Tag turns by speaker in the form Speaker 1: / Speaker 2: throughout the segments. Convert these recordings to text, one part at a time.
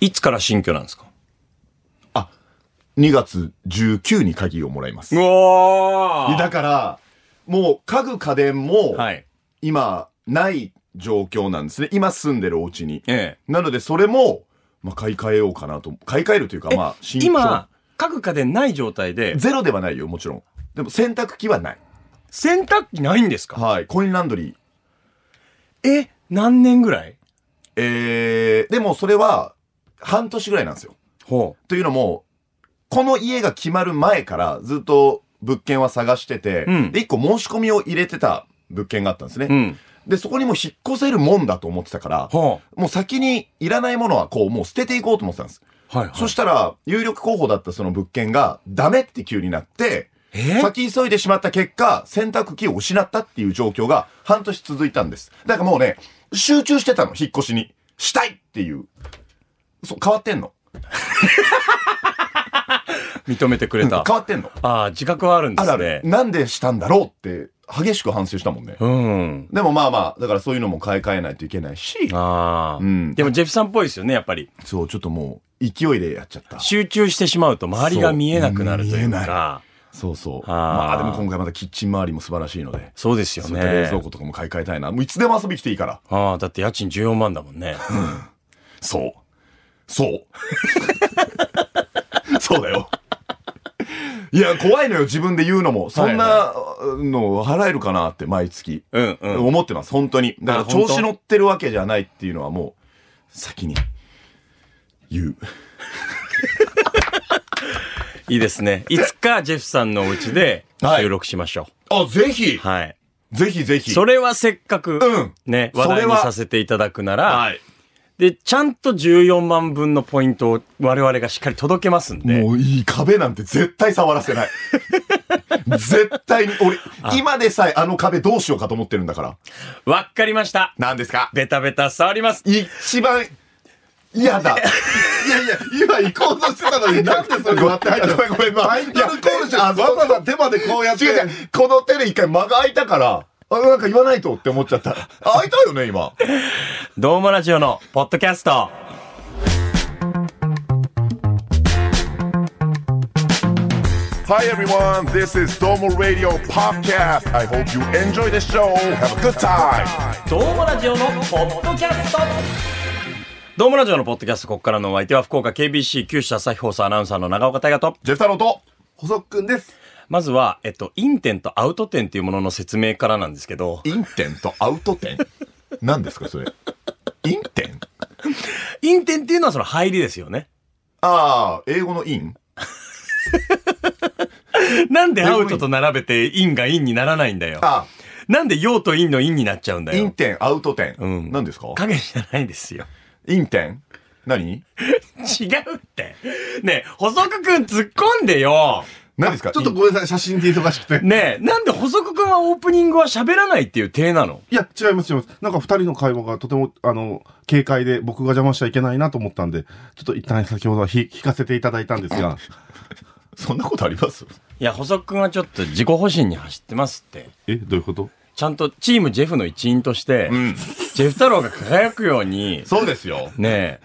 Speaker 1: いつから新居なんですか
Speaker 2: あ、2月19に鍵をもらいます。
Speaker 1: わ
Speaker 2: だから、もう家具家電も、
Speaker 1: はい。
Speaker 2: 今、ない状況なんですね。今住んでるお家に。
Speaker 1: ええ。
Speaker 2: なので、それも、まあ、買い替えようかなと。買い替えるというか、まあ、新居
Speaker 1: 今、家具家電ない状態で、
Speaker 2: ゼロではないよ、もちろん。でも、洗濯機はない。
Speaker 1: 洗濯機ないんですか
Speaker 2: はい。コインランドリー。
Speaker 1: え、何年ぐらい
Speaker 2: えー、でもそれは、半年ぐらいなんですよ。
Speaker 1: ほ
Speaker 2: というのも、この家が決まる前から、ずっと物件は探してて、
Speaker 1: うん
Speaker 2: で、一個申し込みを入れてた物件があったんですね。
Speaker 1: うん。
Speaker 2: で、そこにもう引っ越せるもんだと思ってたから、
Speaker 1: ほ
Speaker 2: もう先にいらないものはこう、もう捨てていこうと思ってたんです。
Speaker 1: う。はい、
Speaker 2: そしたら、有力候補だったその物件が、ダメって急になって、
Speaker 1: え
Speaker 2: 先急いでしまった結果、洗濯機を失ったっていう状況が半年続いたんです。だからもうね、集中してたの、引っ越しに。したいっていう。そう、変わってんの。
Speaker 1: 認めてくれ
Speaker 2: 変
Speaker 1: た。
Speaker 2: わ
Speaker 1: あ
Speaker 2: ってんの。
Speaker 1: あー、自覚はあるんで
Speaker 2: あ
Speaker 1: す
Speaker 2: る
Speaker 1: ね。
Speaker 2: ある。なんでしたんだろうって、激しく反省したもんね。
Speaker 1: うん。
Speaker 2: でもまあまあ、だからそういうのも買い替えないといけないし、
Speaker 1: ああ、
Speaker 2: うん
Speaker 1: でもジェフさんっぽいですよね、やっぱり。
Speaker 2: そう、ちょっともう、勢いでやっちゃった。
Speaker 1: 集中してしまうと周りが見えなくなるという
Speaker 2: そう見え
Speaker 1: か。
Speaker 2: そうそ
Speaker 1: あー
Speaker 2: う。まあでも今回またキッチン周りも素晴らしいので、
Speaker 1: そうですよ
Speaker 2: そういった冷
Speaker 1: ね
Speaker 2: 蔵。庫とかも買い替えたいな。もういつでも遊び来ていいから。
Speaker 1: ああ、だって家賃14万だもんね。
Speaker 2: そう。そう。 そうだよ。いや、怖いのよ、自分で言うのも。そんなの払えるかなって、毎月。
Speaker 1: うんうん。
Speaker 2: 思ってます、本当に。だか
Speaker 1: あ
Speaker 2: ら
Speaker 1: 本
Speaker 2: 調
Speaker 1: 当
Speaker 2: 子乗ってるわけじゃないっていうのはもう、先に言う。
Speaker 1: いいですね。いつかジェフさんのお家で
Speaker 2: はい
Speaker 1: 収録しましょ
Speaker 2: あ、ぜひ
Speaker 1: う。はい。
Speaker 2: ぜひぜひ。
Speaker 1: それはせっかく、
Speaker 2: うん
Speaker 1: ね、
Speaker 2: そ
Speaker 1: 話
Speaker 2: れは
Speaker 1: 題にさせていただくなら、
Speaker 2: はい。
Speaker 1: で、ちゃんと14万分のポイントを我々がしっかり届けますんで。
Speaker 2: もういい壁なんて絶対触らせ ない。絶対に、俺、今でさえあの壁どうしようかと思ってるんだから。
Speaker 1: わっかりました。
Speaker 2: 何ですか
Speaker 1: ベタベタ触ります。
Speaker 2: 一番嫌だ。いやいや、今行こうとしてたのに、なんでそれ割って入ったごめんごめん、まあ、いや、わざわざ手までこうやって。違う違う、この手で一回間が空いたから、あ、なんか言わないとって思っちゃった。あ開いたよね、今。
Speaker 1: どうもラジオのポッドキャスト。
Speaker 3: Hi everyone, this is Domo Radio Podcast. I hope you enjoy the show. Have a good time.
Speaker 1: どうもラジオのポッドキャストどうもラジオのポッドキャスト、ここからのお相手は福岡 KBC 九州朝日放送アナウンサーの長岡大和と、
Speaker 2: ジェフ太郎と、
Speaker 4: 細くんです。
Speaker 1: まずは、えっと、インテンとアウトテンっていうものの説明からなんですけど、
Speaker 2: インテンとアウトテン。何ですか、それ。インテン
Speaker 1: インテンっていうのはその入りですよね。
Speaker 2: ああ、英語のイン
Speaker 1: なんでアウトと並べてインがインにならないんだよ。
Speaker 2: あ
Speaker 1: なんで用とインのインになっちゃうんだ
Speaker 2: イン
Speaker 1: よ。
Speaker 2: テン、アウトテン。
Speaker 1: うん
Speaker 2: 何ですか
Speaker 1: 影じゃないですよ。
Speaker 2: インテン何
Speaker 1: 違うって。ねえ、細くくん突っ込んでよ。
Speaker 2: 何ですか
Speaker 4: ちょっとごめんなさい、写真で忙しくて。
Speaker 1: ねえ、なんで細くくんはオープニングは喋らないっていう体なの
Speaker 4: いや、違います、違います。なんか二人の会話がとても、あの、軽快で僕が邪魔しちゃいけないなと思ったんで、ちょっと一旦先ほどはひ聞かせていただいたんですが。
Speaker 2: そんなことあります
Speaker 1: いや、細くくんはちょっと自己保身に走ってますって。
Speaker 4: え、どういうこと
Speaker 1: ちゃんとチームジェフの一員として、
Speaker 2: ん
Speaker 1: ジェフ太郎が輝くように、
Speaker 2: そうですよ。
Speaker 1: ね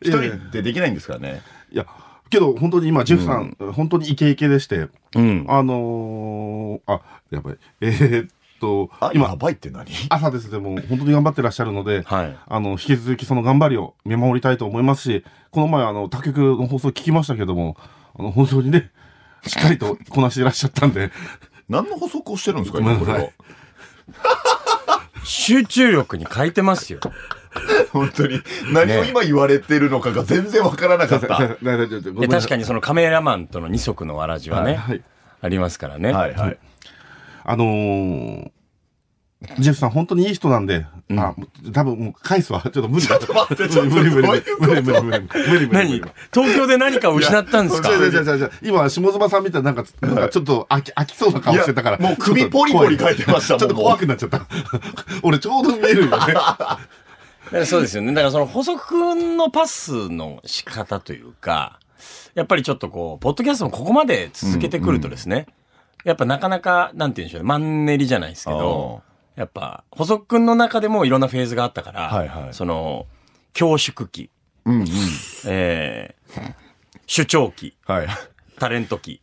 Speaker 2: 一
Speaker 4: いやい
Speaker 2: 人でできないんですからね。
Speaker 4: いや、けど本当に今、ジェフさん、本当にイケイケでして、
Speaker 1: え、うん。
Speaker 4: あのー、あ、やばい。えーっと、
Speaker 2: あ、今、
Speaker 4: 今、
Speaker 2: やばいって何
Speaker 4: 朝ですでも本当に頑張ってらっしゃるので、
Speaker 1: はい
Speaker 4: あの、引き続きその頑張りを見守りたいと思いますし、この前あの、他局の放送聞きましたけども、あの、本当にね、しっかりとこなしていらっしゃったんで、
Speaker 2: 何の補足をしてるんですか、
Speaker 4: ごめん
Speaker 2: 今こ
Speaker 4: な
Speaker 2: れ
Speaker 4: さい
Speaker 2: は。
Speaker 1: 集中力に欠いてますよ。
Speaker 2: 本当に。何を今言われてるのかが全然わからなかった。
Speaker 4: すいません大丈夫大丈夫ご
Speaker 1: い
Speaker 4: め
Speaker 1: や
Speaker 4: んなさ
Speaker 1: 確
Speaker 4: い
Speaker 1: かにそのカメラマンとの二足のわらじはね、
Speaker 4: はいはい
Speaker 1: ありますからね。
Speaker 2: はいはい。
Speaker 4: あのー、ジェフさん、本当にいい人なんで、あ、もう多分もう返すわ。ちょっと無理だ。
Speaker 2: ちょっと待ってちょっと
Speaker 4: 無理無理
Speaker 2: ど
Speaker 4: 無理
Speaker 2: ういうこと
Speaker 4: 無理無理無理無理無理無理無
Speaker 1: 何
Speaker 4: 理。
Speaker 1: 東京で何かを失ったんですか
Speaker 4: 違う違う違う違う今、下妻さんみたいな、なんか、なんかちょっと飽き、飽きそうな顔してたから。
Speaker 2: いやもう首ポリポリ書いてました
Speaker 4: ちょっと
Speaker 2: もう
Speaker 4: 怖くなっちゃった。 俺ちょうど見えるよね。
Speaker 1: だからそうですよね。だからその補足くんのパスの仕方というか、やっぱりちょっとこう、ポッドキャストもここまで続けてくるとですね、やっぱなかなか、なんて言うんでしょうね、マンネリじゃないですけど、やっぱ、補足くんの中でもいろんなフェーズがあったから、
Speaker 2: はいはい
Speaker 1: その、恐縮期、
Speaker 2: うんうん。
Speaker 1: えー主張期、
Speaker 2: はい。
Speaker 1: タレント期。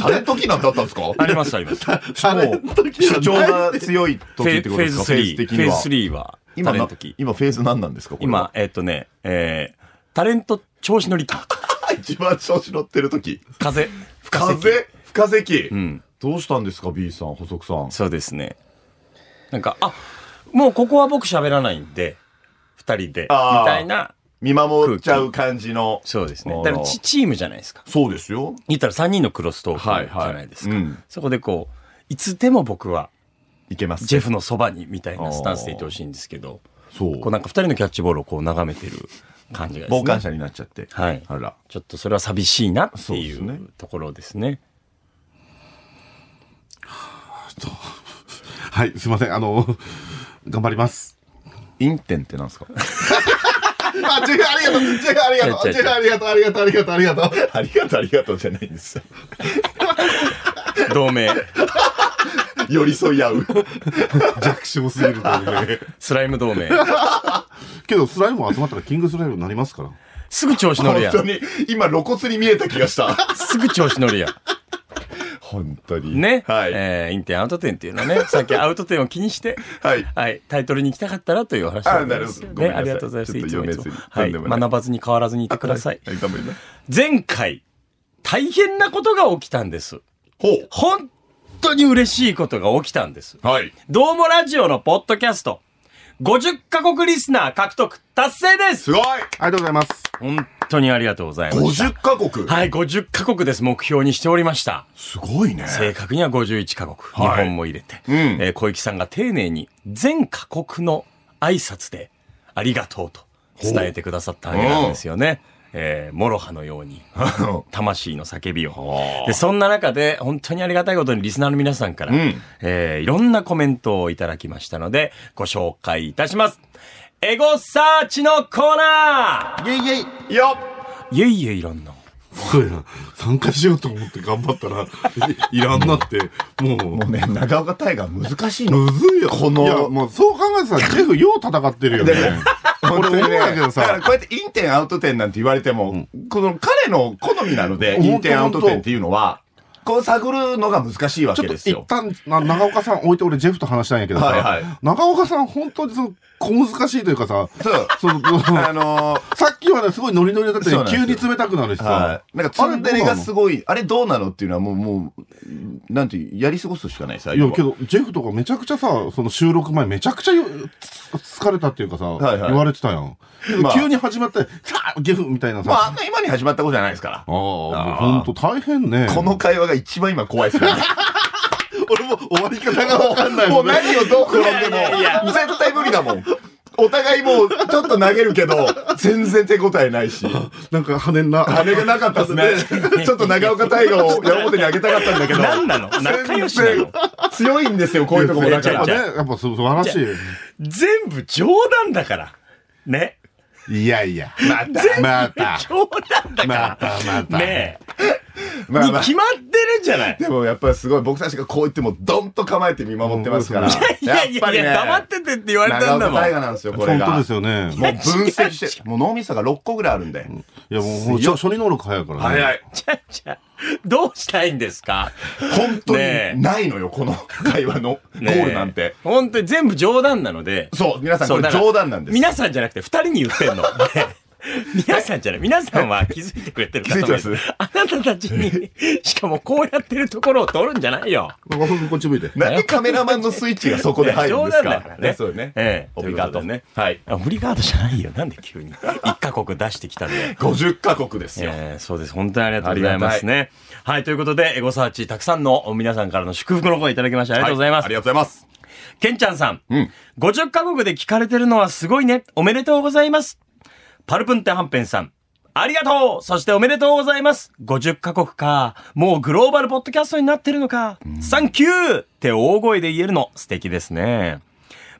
Speaker 2: タレント期なんてあったんですか
Speaker 1: ありますあり ます。フェ
Speaker 2: タレント期主張が強い時っ
Speaker 1: ー
Speaker 2: て
Speaker 1: フ
Speaker 2: こ
Speaker 1: ェー
Speaker 2: とです
Speaker 1: ズ
Speaker 2: か
Speaker 1: 3。フ
Speaker 2: 的
Speaker 1: ェ
Speaker 2: に
Speaker 1: ー
Speaker 2: は。
Speaker 1: ズ3は
Speaker 2: 今
Speaker 1: タレ
Speaker 2: な
Speaker 1: ント期。
Speaker 2: 今フェーズ何なんですかこれ
Speaker 1: 今
Speaker 2: は、
Speaker 1: えっとね、えータレント調子乗り期、
Speaker 2: 一番調子乗ってる時。
Speaker 1: 風、不可
Speaker 2: 風
Speaker 1: 席。
Speaker 2: 邪深咳、
Speaker 1: ん
Speaker 2: どうしたんですか B さん細足さん
Speaker 1: そうですね。なんか、あ、もうここは僕喋らないんで、二人で、み
Speaker 2: あー
Speaker 1: たいな、
Speaker 2: 見守っちゃう感じの
Speaker 1: そうですね
Speaker 2: あ。ら
Speaker 1: だからチチームじゃないですか。
Speaker 2: そうですよ
Speaker 1: 言ったら3人のクロストー
Speaker 2: はい
Speaker 1: ク
Speaker 2: はい
Speaker 1: じゃないですか。
Speaker 2: うん
Speaker 1: そこでこう、いつでも僕はい
Speaker 2: けます
Speaker 1: ジェフのそばにみたいなスタンスでいてほしいんですけど、
Speaker 2: そう
Speaker 1: こうなんか2人のキャッチボールをこう眺めてる感じがですね。
Speaker 2: 傍観者になっちゃって
Speaker 1: はい
Speaker 2: あら
Speaker 1: ちょっとそれは寂しいなってい
Speaker 2: そうですね
Speaker 1: うところですね。
Speaker 4: はい、すいません。あの、頑張ります。
Speaker 2: インテンってなんですか
Speaker 4: あ、ジェフありがとう、ジェフあり
Speaker 1: がとうジェフあ
Speaker 4: りがとう、ありがとう、ありがとう、ありがとう。
Speaker 2: ありがとうありがとうじゃないんですよ
Speaker 1: 同盟、
Speaker 2: 寄り添い合う
Speaker 4: 弱小すぎるという ね
Speaker 1: スライム同盟。
Speaker 4: けど、スライム集まったらキングスライムになりますから。
Speaker 1: すぐ調子 乗る
Speaker 2: 本
Speaker 1: やん
Speaker 2: 当。に今露骨に見えた気がした
Speaker 1: すぐ調子乗るやん。
Speaker 2: 本当に
Speaker 1: ね。
Speaker 2: はい、
Speaker 1: えーインテンアウト点っていうのはね、 さっきアウト点を気にして、
Speaker 2: はい
Speaker 1: はい。タイトルに行きたかったらというお話で
Speaker 2: あ
Speaker 1: ございます
Speaker 2: なるほどご
Speaker 1: ね、
Speaker 2: めんなさい
Speaker 1: ありがとうございます。
Speaker 2: ちょっと
Speaker 1: いつもいつも
Speaker 2: 読めずに
Speaker 1: は
Speaker 2: とん
Speaker 1: い。
Speaker 2: でもない
Speaker 1: 学ばずに変わらずにいてください。
Speaker 2: はい頑張ります
Speaker 1: 前回、大変なことが起きたんです。
Speaker 2: ほう
Speaker 1: 本当に嬉しいことが起きたんです。
Speaker 2: はい
Speaker 1: どうもラジオのポッドキャスト、50カ国リスナー獲得達成です
Speaker 2: すごい
Speaker 4: ありがとうございます。
Speaker 1: 本当にありがとうございました。
Speaker 2: 50カ国、
Speaker 1: はい、50カ国です。目標にしておりました。
Speaker 2: すごいね
Speaker 1: 正確には51カ国、
Speaker 2: はい
Speaker 1: 日本も入れて、
Speaker 2: うん
Speaker 1: えー小池さんが丁寧に全カ国の挨拶でありがとうと伝えてくださったわけなんですよね。えー、もろはのよう に魂の叫びをでそんな中で本当にありがたいことにリスナーの皆さんから、
Speaker 2: うん
Speaker 1: えーいろんなコメントをいただきましたのでご紹介いたしますエゴサーチのコーナー
Speaker 2: イェイイェイよ
Speaker 1: いえいえいろんな
Speaker 4: そうや、参加しようと思って頑張ったら、いいらんなって、もう
Speaker 2: もう、ね長岡大河難しいの
Speaker 4: むずいよ。
Speaker 2: この
Speaker 4: いや、もうそう考えてたら、ジェフよう戦ってるよね。
Speaker 2: 本
Speaker 4: 俺
Speaker 2: 当に
Speaker 4: 思うん
Speaker 2: ね
Speaker 4: だ
Speaker 2: だか
Speaker 4: けど
Speaker 2: ら
Speaker 4: さ
Speaker 2: こ、うやってインテンアウトテンなんて言われても、この彼の好みなので、
Speaker 4: 本当
Speaker 2: インテンアウトテンっていうのは、こう探るのが難しいわ
Speaker 4: ちょ
Speaker 2: け
Speaker 4: っと
Speaker 2: です
Speaker 4: 一
Speaker 2: よ。
Speaker 4: 旦、な長岡さん置いて俺ジェフと話したんやけど
Speaker 2: はいは
Speaker 4: さ
Speaker 2: い、
Speaker 4: 長岡さん本当にその、小難しいというかさ、
Speaker 2: そう。
Speaker 4: その、
Speaker 2: あのー
Speaker 4: さっきまですごいノリノリだっ
Speaker 2: そ
Speaker 4: た
Speaker 2: う
Speaker 4: の
Speaker 2: な
Speaker 4: に
Speaker 2: んですよ
Speaker 4: 急に冷たくなるし
Speaker 2: は
Speaker 4: さ。
Speaker 2: い。なんか、ツンデレがす
Speaker 4: い。
Speaker 2: ごい、あれどうなのっていうのはもう、もう、なんていう、やり過ごすしかないさ。
Speaker 4: いや、け
Speaker 2: ど、
Speaker 4: ど、ジェフとかめちゃくちゃさ、その収録前めちゃくちゃよつ疲れたっていうかさ、
Speaker 2: はいはい
Speaker 4: 言われてたやん。けど
Speaker 2: まあ
Speaker 4: 急に始まって、さあ、ゲフみたいなさ。
Speaker 2: まあ、あんな今に始まったことじゃないですから。
Speaker 4: ああ、もう本当大変ね。
Speaker 2: この会話が一番今怖いですからね。
Speaker 4: 俺も終わり方がわかんな い
Speaker 2: も
Speaker 4: も
Speaker 2: うん
Speaker 4: ね。
Speaker 2: 何をどう転んでも
Speaker 1: いやいやいや、
Speaker 2: 絶対無理だもん。お互いもう、ちょっと投げるけど、全然手応えないし。
Speaker 4: なんか跳ねんな。
Speaker 2: あれがなかった ですね。ちょっと長岡大河を山本にあげたかったんだけど。
Speaker 1: 何なの仲良しなの
Speaker 2: 強いんですよ、こういうとこもだか
Speaker 4: やっぱね、
Speaker 2: ら。
Speaker 4: やっぱ素晴らし
Speaker 1: 全部冗談だからね
Speaker 4: い。いやいや。また、また、
Speaker 1: 冗談だか
Speaker 4: また、また。
Speaker 1: らねえ、
Speaker 2: まあま
Speaker 1: に
Speaker 2: あ。
Speaker 1: 決まってるんじゃない
Speaker 2: でもやっぱりすごい、僕たちがこう言っても、どんと構えて見守ってますから。
Speaker 1: いやいやいや、黙
Speaker 2: や
Speaker 1: っ
Speaker 2: っぱ
Speaker 1: ててって言わ
Speaker 2: り
Speaker 1: れ
Speaker 2: ね、
Speaker 1: た
Speaker 2: 長
Speaker 1: んだ
Speaker 2: 岡
Speaker 1: もん
Speaker 2: 大河なんですよ、これ
Speaker 4: 本
Speaker 2: が。
Speaker 4: 当です
Speaker 2: も
Speaker 4: よね。
Speaker 2: う分析して、もう脳みそが6個ぐらいあるんで。
Speaker 4: いや、もう、初初任能力早いから
Speaker 2: い。
Speaker 4: ね。
Speaker 1: じゃじゃどうしたいんですか
Speaker 2: 本当
Speaker 1: ねえ
Speaker 2: にないのよ、この会話のゴールなんて。
Speaker 1: 本当に全部冗談なので
Speaker 2: そう、皆さん
Speaker 1: そ
Speaker 2: こ
Speaker 1: う
Speaker 2: れ
Speaker 1: だから
Speaker 2: 冗談なんです。
Speaker 1: 皆さんじゃなくて二人に言ってんのね皆さんじゃない皆さんは気づいてくれてるかと思う
Speaker 2: 気づいてます
Speaker 1: あなたたちにしかもこうやってるところを撮るんじゃないよ
Speaker 4: なんかほんとこっち向いて。
Speaker 2: なんでカメラマンのスイッチがそこで入るんです
Speaker 1: 冗談
Speaker 2: か
Speaker 1: だからね
Speaker 2: そうよね。
Speaker 1: ええ
Speaker 2: オブリガート
Speaker 1: ということでね
Speaker 2: はい。
Speaker 1: あオリガードじゃないよなんで急に一カ国出してきたんだよ
Speaker 2: 50カ国ですよ。
Speaker 1: えーそうです。本当にありがとうございますね。はい。ということで、エゴサーチ、たくさんの皆さんからの祝福の声いただきましてありがとうございます。
Speaker 2: はありがとうございます。
Speaker 1: ケンちゃんさん。50カ国で聞かれてるのはすごいね。おめでとうございます。パルプンテハンペンさん。ありがとうそしておめでとうございます。50カ国か。もうグローバルポッドキャストになってるのか。サンキューって大声で言えるの素敵ですね。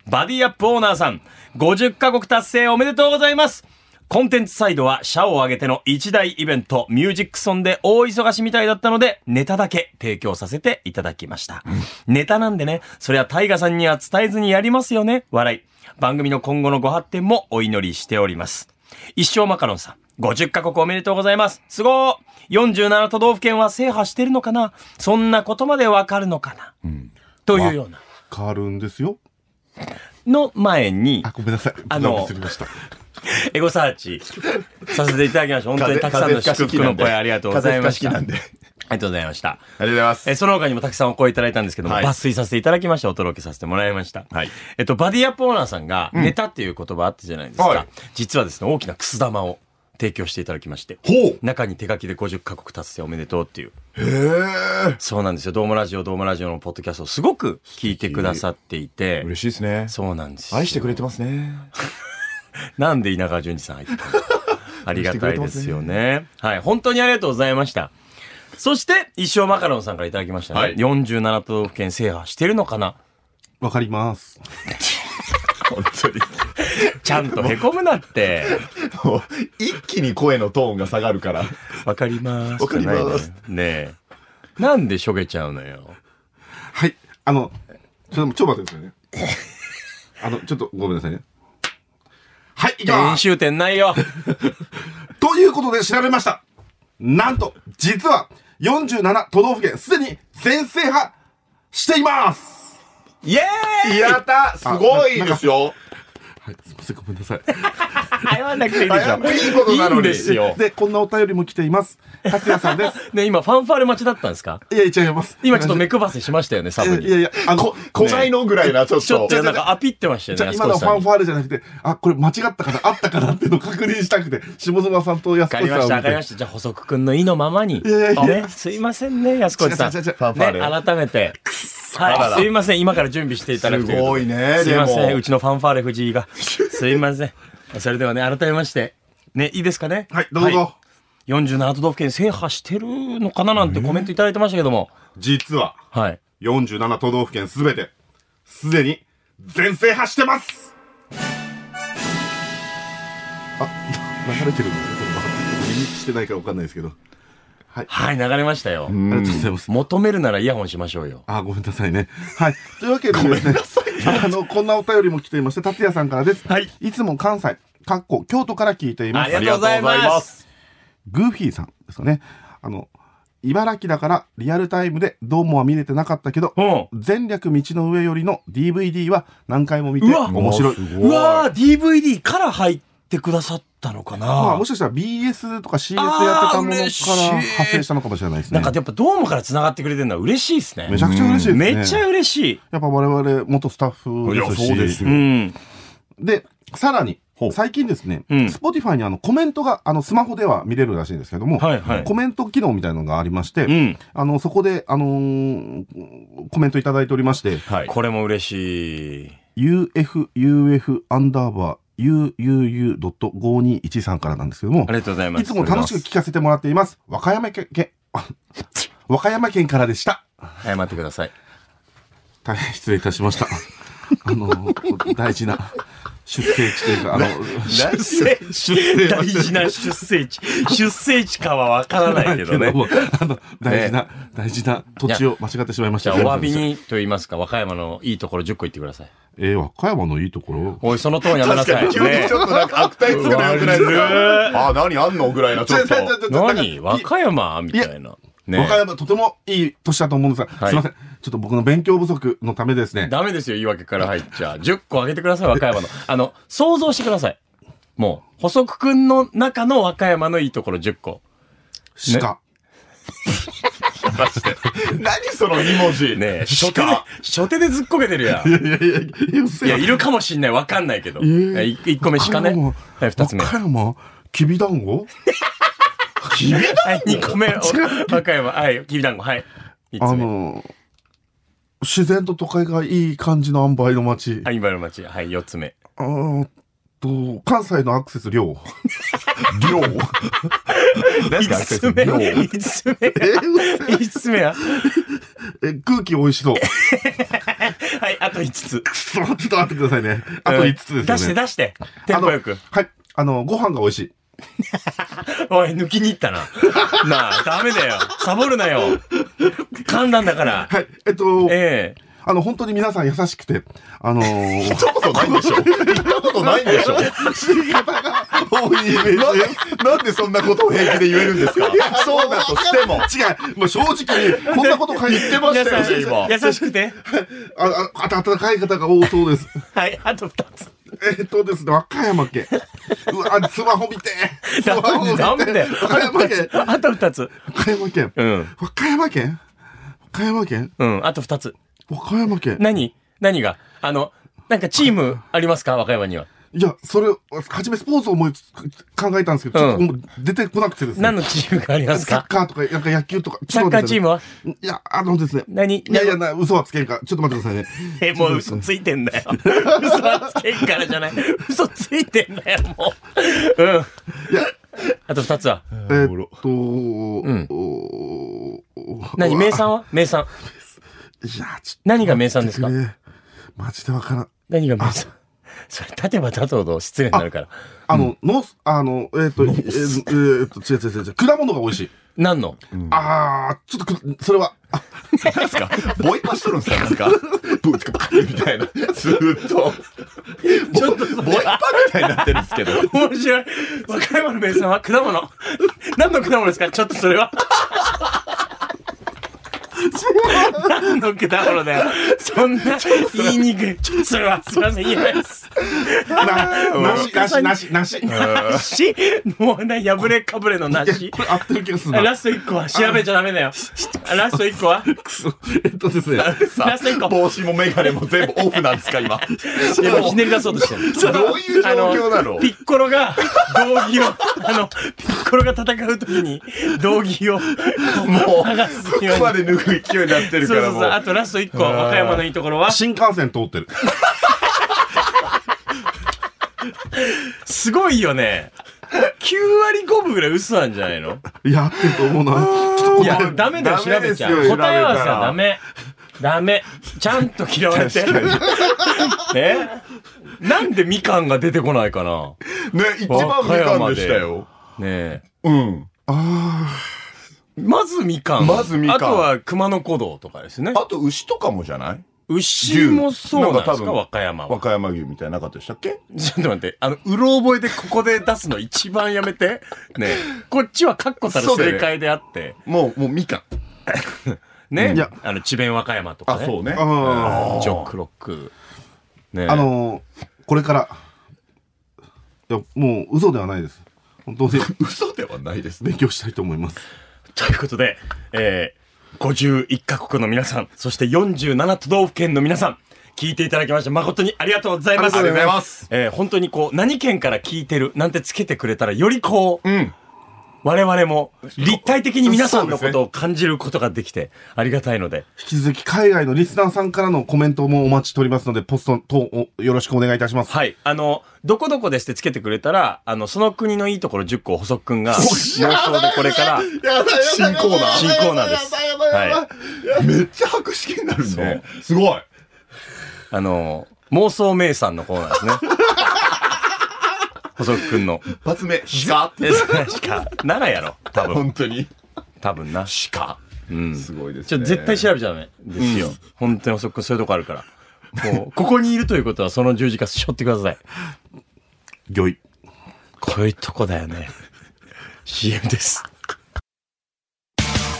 Speaker 1: バディアップオーナーさん、50カ国達成おめでとうございます。コンテンツサイドは社を挙げての一大イベント、ミュージックソンで大忙しみたいだったので、ネタだけ提供させていただきました。ネタなんでね、そりゃタイガさんには伝えずにやりますよね、笑い。番組の今後のご発展もお祈りしております。一生マカロンさん。 50カ国おめでとうございます。すごー !47 都道府県は制覇してるのかなそんなことまでわかるのかな、というような。
Speaker 4: 変わるんですよ。
Speaker 1: の前に
Speaker 4: あ、、ごめんなさい。
Speaker 1: あの
Speaker 4: 無難に移りました。
Speaker 1: エゴサーチさせていただきました。本当にたくさんの祝福の声ありがとうございました。あ
Speaker 2: 風
Speaker 1: り
Speaker 2: 邪吹かし
Speaker 1: がとうございました。
Speaker 2: なんで。ありがとうございます。
Speaker 1: えーその他にもたくさんお声いただいたんですけども、
Speaker 2: はい
Speaker 1: 抜粋させていただきました。お届けさせてもらいました。
Speaker 2: はい
Speaker 1: えっと、バディアップオーナーさんが、ネタっていう言葉あったじゃないですか。
Speaker 2: はい
Speaker 1: 実はですね、大きなくす玉を提供していただきまして、
Speaker 2: ほう
Speaker 1: 中に手書きで50カ国達成おめでとうっていう。
Speaker 2: へえ。
Speaker 1: そうなんですよ。ドームラジオ、ドームラジオのポッドキャストをすごく聞いてくださっていて、
Speaker 2: 嬉しいですね。
Speaker 1: そうなんですよ
Speaker 2: 愛してくれてますね。
Speaker 1: なんで稲川淳二さん入 ってたのかありがたいですよね。はい。本当にありがとうございました。そして、一生マカロンさんからいただきましたね。
Speaker 2: はい
Speaker 1: 47都道府県制覇してるのかな
Speaker 4: わかります。
Speaker 2: 本当に。
Speaker 1: ちゃんと凹むな って。
Speaker 2: もう一気に声のトーンが下が るから。
Speaker 1: わかります。
Speaker 2: わかります
Speaker 1: じゃないのよ。ねえ。なんでしょげちゃうのよ。
Speaker 4: はい。あの、ちょっと、ちょっと待ってくださいね。あの、ちょっとごめんなさいね。はい、いきま
Speaker 1: 編
Speaker 4: す
Speaker 1: 集点ないよ。
Speaker 4: ということで調べました。なんと、実は、47都道府県、すでに全制覇しています
Speaker 1: イエーイ
Speaker 2: やったすごいですよ。
Speaker 4: はい、すいません、ごめんなさい。
Speaker 1: 謝らなくていいでし
Speaker 2: 早
Speaker 1: ょ。
Speaker 2: くいいことなのに。
Speaker 1: いいんですよ
Speaker 4: で、こんなお便りも来ています。達也さ んです。
Speaker 1: ね今ファンファーレ待ちだったんですか
Speaker 4: いや、いっちゃいます。
Speaker 1: 今ちょっと目くばせしましたよね、サブ
Speaker 4: いや
Speaker 1: に。
Speaker 4: いや、あの
Speaker 2: こ、、こないのぐらいな、ちょっ
Speaker 1: ちょ
Speaker 2: と
Speaker 1: っ。となんかアピってましたよ
Speaker 4: じゃ
Speaker 1: ね
Speaker 4: あ、
Speaker 1: 安子
Speaker 4: 今のフ
Speaker 1: さん
Speaker 4: ァ
Speaker 1: に
Speaker 4: ンファーレじゃなくて、あ、これ間違ったかな、あったかなっていうのを確認したくて、下妻さんと安
Speaker 1: わ
Speaker 4: 子
Speaker 1: かりま
Speaker 4: さんを
Speaker 1: した、わ
Speaker 4: 見
Speaker 1: かりま
Speaker 4: て。
Speaker 1: した。じゃあ、補足くんの意のままに。
Speaker 4: いやいやいや
Speaker 1: ね、すいませんね、安子さん。
Speaker 4: 違う違う違う
Speaker 1: ね、
Speaker 4: ファ
Speaker 2: ンファーレ
Speaker 1: 改めて。
Speaker 2: あら
Speaker 1: は
Speaker 2: ら
Speaker 1: い、すいません、今から準備していただくということで。
Speaker 2: すごいね
Speaker 1: すいませ
Speaker 2: で
Speaker 1: ん、
Speaker 2: も
Speaker 1: うちのファンファーレ藤井が。すいません。それではね、改めまして。ね、いいですかね
Speaker 4: はい、どうぞ。。
Speaker 1: はい47都道府県制覇してるのかななんてコメントいただいてましたけども。
Speaker 4: 実は、
Speaker 1: はい。
Speaker 4: 47都道府県すべて、すでに全制覇してますあ、流れてるんですよ、これは。耳してないからわかんないですけど。
Speaker 1: はい、流れましたよ。
Speaker 4: ありがとうございます。
Speaker 1: 求めるならイヤホンしましょうよ。
Speaker 4: あ、ごめんなさいね。はい。というわけでですね、あの、こんなお便りも来ていまして、達也さんからです。
Speaker 1: はい。
Speaker 4: いつも関西、かっこ京都から聞いていま
Speaker 1: あ
Speaker 4: す。
Speaker 1: りがとうございます。
Speaker 4: グーフィーさんですかね。あの、茨城だからリアルタイムでどうもは見れてなかったけど、
Speaker 1: う
Speaker 4: 前略道の上よりの DVD は何回も見て
Speaker 1: うわ
Speaker 4: 面白い。
Speaker 1: ん。うわー、DVD から入ってくださったのかな
Speaker 4: まあ、もしかしたら BS とか CS でやってたもの
Speaker 1: あー
Speaker 4: から
Speaker 1: 嬉しい
Speaker 4: 発生したのかもしれないですね。
Speaker 1: なんかやっぱドームから繋がってくれてるのは嬉しいですね。
Speaker 4: めちゃくちゃ嬉しいですね。
Speaker 1: めっちゃ嬉しい。
Speaker 4: やっぱ我々元スタッフですし。
Speaker 2: いやそうですよ
Speaker 1: うん。
Speaker 4: で、さらに
Speaker 2: ほう、
Speaker 4: 最近ですね、
Speaker 1: うん
Speaker 4: Spotify にあのコメントが、あのスマホでは見れるらしいんですけども、
Speaker 1: はいはい
Speaker 4: コメント機能みたいなのがありまして、
Speaker 1: うん。
Speaker 4: あの、そこで、あのーコメントいただいておりまして、
Speaker 2: は。
Speaker 1: これも嬉しい。
Speaker 4: uf, uf, アンダーバー、uuu.5213 からなんですけども
Speaker 1: あ、りがとうございます。
Speaker 4: いつも楽しく聞かせてもらっています。和歌山県、け和歌山県からでした。
Speaker 1: 謝ってください。
Speaker 4: 大変失礼いたしました。あのー、大事な出生地というか、あの、
Speaker 1: 出生地。大事な出生地。出生地かはわからないけどね。
Speaker 4: もあの、大事な、大事な土地を間違ってしまいまし
Speaker 1: じ
Speaker 4: た。
Speaker 1: ゃあ、お詫び。にと言いますか、和歌山のいいところ10個言ってください。
Speaker 4: えー、和歌山のいいところ。
Speaker 1: おい、そのトーンやめな
Speaker 2: 確
Speaker 1: さ
Speaker 2: か
Speaker 1: い。
Speaker 2: に急に
Speaker 1: ね
Speaker 2: ちょっとなんか悪態つくのよくないですかあ、何あんのぐらいな、ちょっと。
Speaker 1: 何和歌山みたいな。
Speaker 4: 和
Speaker 1: ね
Speaker 4: 歌山とてもいい都市だと思うんですが、
Speaker 1: い
Speaker 4: すいません。ちょっと僕の勉強不足のためですね。
Speaker 1: ダメですよ、言い訳から入っちゃ。10個あげてください、和歌山の。あの、想像してください。もう、補足くんの中の和歌山のいいところ10個。
Speaker 4: しか。
Speaker 2: 何その2文字。
Speaker 1: ねえ、初
Speaker 2: し
Speaker 1: 手で
Speaker 2: か。、
Speaker 1: 初手でずっこけてるやん。い
Speaker 4: いやいやいや、い
Speaker 1: や、いるかもしんない。わかんないけど。
Speaker 4: え
Speaker 1: い一個目しかね。はい、二つ目。
Speaker 4: 和
Speaker 1: は
Speaker 4: 歌山、きびだん
Speaker 1: い、
Speaker 4: ご
Speaker 1: 二個目。お和歌山。はい、きびだんご。はい。三
Speaker 4: あ
Speaker 1: つ目。
Speaker 4: の、自然と都会がいい感じの塩梅の街。
Speaker 1: はい、今の町。はい、四つ目。
Speaker 4: あーっと、関西のアクセス量。
Speaker 2: 量。何
Speaker 1: 五つ目。五つ目。五つ目や。
Speaker 4: え、空気美味しそう。
Speaker 1: はい、あと五つ。
Speaker 4: ちょっと待ってくださいね。あと5つですよね。
Speaker 1: 出して出して。テンポよ
Speaker 4: あ
Speaker 1: く
Speaker 4: の。はい。あの、ご飯が美味しい。
Speaker 1: おい、抜きに行ったな。 なあ、ダメだよ。サボるなよ。噛んだんだから。
Speaker 4: はい。えっと、
Speaker 1: ええ
Speaker 4: あの、本当に皆さん優しくて、あ のー、
Speaker 2: 行ったことないんでしょ行ったことないんでしょ
Speaker 4: 多いイメージです
Speaker 2: なんなんでそんなことを平気で言えるんですかそうだとしても。
Speaker 4: 違う、まあ、正直に、こんなこと書いてま
Speaker 2: し
Speaker 1: 皆
Speaker 2: た
Speaker 1: さ
Speaker 2: よ
Speaker 1: ん
Speaker 2: 今
Speaker 1: 優しくて。
Speaker 4: ああ、あ温かい方が多そうです。
Speaker 1: はい、あと二つ。
Speaker 4: えっとですね、和歌山県。うわ、スマホ見て。スマホ見て。
Speaker 1: ダメだよ。
Speaker 4: 和歌山県。
Speaker 1: あと二つ。
Speaker 4: 和歌山県。
Speaker 1: うん。
Speaker 4: 和歌山県和歌山県
Speaker 1: うん、あと二つ。
Speaker 4: 和歌山県。
Speaker 1: 何何があの、なんかチームありますか和歌山には。
Speaker 4: いや、それ、はじめスポーツを思いつ考えたんですけど、ちょっともう出てこなくてですね。
Speaker 1: 何のチームがあります
Speaker 4: サッ
Speaker 1: か
Speaker 4: カーとか、なんか野球とか。
Speaker 1: サッカーチームはい
Speaker 4: や、あのですね。
Speaker 1: 何
Speaker 4: いやいや、な嘘はつけるから、ちょっと待ってくださいね。
Speaker 1: え、もう嘘ついてん だよ。嘘はつけんからじゃない。嘘ついてんだよ、もう。うん。あと二つは。
Speaker 4: えーっと、おー
Speaker 1: 何名産は名産。
Speaker 4: いや、ちょっと。
Speaker 1: 何が名産ですか
Speaker 4: ねマジでわからん。
Speaker 1: 何が名産それ、立てば立とうと失礼になるから。
Speaker 4: あの、ノース、あの、えっ、と、えっ、えーと、違う違う違う、果物が美味しい。
Speaker 1: 何の
Speaker 4: あー、ちょっとく、それは、あ
Speaker 2: です かボイパしとるんですかなんか。ブーツカみたいな。ずーっと。
Speaker 1: ちょっとそ
Speaker 2: ボイ
Speaker 1: れ
Speaker 2: パみたいになってるんですけど。
Speaker 1: 面白い。和歌山の名産は果物。何の果物ですかちょっとそれは。何の果物だよ。そんな言いにくい。ちょっとそれは、すいません、言えないです。
Speaker 4: な、なし、なし、なし、なし。
Speaker 1: し、もうな、破れかぶれの梨。
Speaker 4: これ合ってる気がするな。
Speaker 1: ラスト1個は調べちゃダメだよ。ラスト1個は
Speaker 4: くそえっとですね、
Speaker 2: さ
Speaker 1: ラスト一個
Speaker 2: 帽子もメガネも全部オフなんですか今。
Speaker 1: いやもうひねり出そうとしてる。
Speaker 2: どういう状況なの
Speaker 1: ピッコロが道 着を、あの、ピッコロが戦うときに道着を、
Speaker 2: もう、
Speaker 1: 剥がすように
Speaker 2: 服まで脱ぐ勢いになってる
Speaker 1: そ
Speaker 2: か
Speaker 1: う
Speaker 2: ら
Speaker 1: そう
Speaker 2: も
Speaker 1: そう。あ
Speaker 2: う。
Speaker 1: とラスト1個、和歌山のいいところは、
Speaker 4: 新幹線通ってる。
Speaker 1: すごいよね。9割5分ぐらい嘘なんじゃないの
Speaker 4: いや、合ってると思うな。ちょっと
Speaker 1: いや、ダメだよ、調
Speaker 2: ダメ
Speaker 1: べ
Speaker 2: で
Speaker 1: ち
Speaker 2: す
Speaker 1: ゃ
Speaker 2: よ
Speaker 1: う。答えは
Speaker 2: 調べた
Speaker 1: さ、
Speaker 2: ら
Speaker 1: ダメ。ダメ。ちゃんと嫌われて。 えなんでみかんが出てこないかな
Speaker 2: ね、一番みかんでしたよ。
Speaker 1: ねえ。
Speaker 2: うん。
Speaker 1: まずみかん。
Speaker 2: まずみかん
Speaker 1: あとは熊野古道とかですね。
Speaker 2: あと牛とかもじゃない
Speaker 1: 牛もそうなんで
Speaker 2: なん
Speaker 1: す
Speaker 2: か
Speaker 1: か
Speaker 2: 多分
Speaker 1: 和歌山
Speaker 2: 和
Speaker 1: は。
Speaker 2: 歌山牛みたいななかったでしたっけ
Speaker 1: ちょっと待って。あの、うろ覚えでここで出すの一番やめて。ねえこっちは確固たる
Speaker 2: そうだよ
Speaker 1: 正
Speaker 2: ね
Speaker 1: 解であって。
Speaker 2: もう、もうみかん。
Speaker 1: ね。
Speaker 4: いや
Speaker 1: あの、智弁和歌山とか
Speaker 2: あ、
Speaker 1: ね。
Speaker 2: そうね。
Speaker 4: あー
Speaker 1: ジョックロック。ねえ
Speaker 4: あのー、これから、いや、もう嘘ではないです。本 当に
Speaker 2: 嘘ではないですね。
Speaker 4: 勉強したいと思います。
Speaker 1: ということで、えー、51カ国の皆さん、そして47都道府県の皆さん、聞いていただきまして誠にありがとうございます。
Speaker 2: ありがとうございます。
Speaker 1: えー、本当にこう、何県から聞いてるなんてつけてくれたら、よりこう、我々も立体的に皆さんのことを感じることができてありがたいので、
Speaker 4: 引き続き海外のリスナーさんからのコメントもお待ちしておりますので、ポスト等をよろしくお願いいたします。
Speaker 1: はい。あの、どこどこですってつけてくれたら、あの、その国のいいところ10個を補足くんが、妄想でこれから、
Speaker 2: 新コーナー
Speaker 1: 新コーナーです。はい。
Speaker 2: めっちゃ白色になるね。すごい。
Speaker 1: あの、妄想名産のコーナー ですね。細くくんの。
Speaker 2: 一発目、ヒカ
Speaker 1: え、それしか。ならやろ。多分。
Speaker 2: 本当に。
Speaker 1: 多分な。
Speaker 2: シカ。
Speaker 1: うん。
Speaker 2: すごいです
Speaker 1: ちょ、
Speaker 2: ね。
Speaker 1: 絶対調べちゃダメですよ。本当に細くくんそういうとこあるから。もう、ここにいるということはその十字架背負ってください。
Speaker 4: 魚い。
Speaker 1: こういうとこだよね。CM です。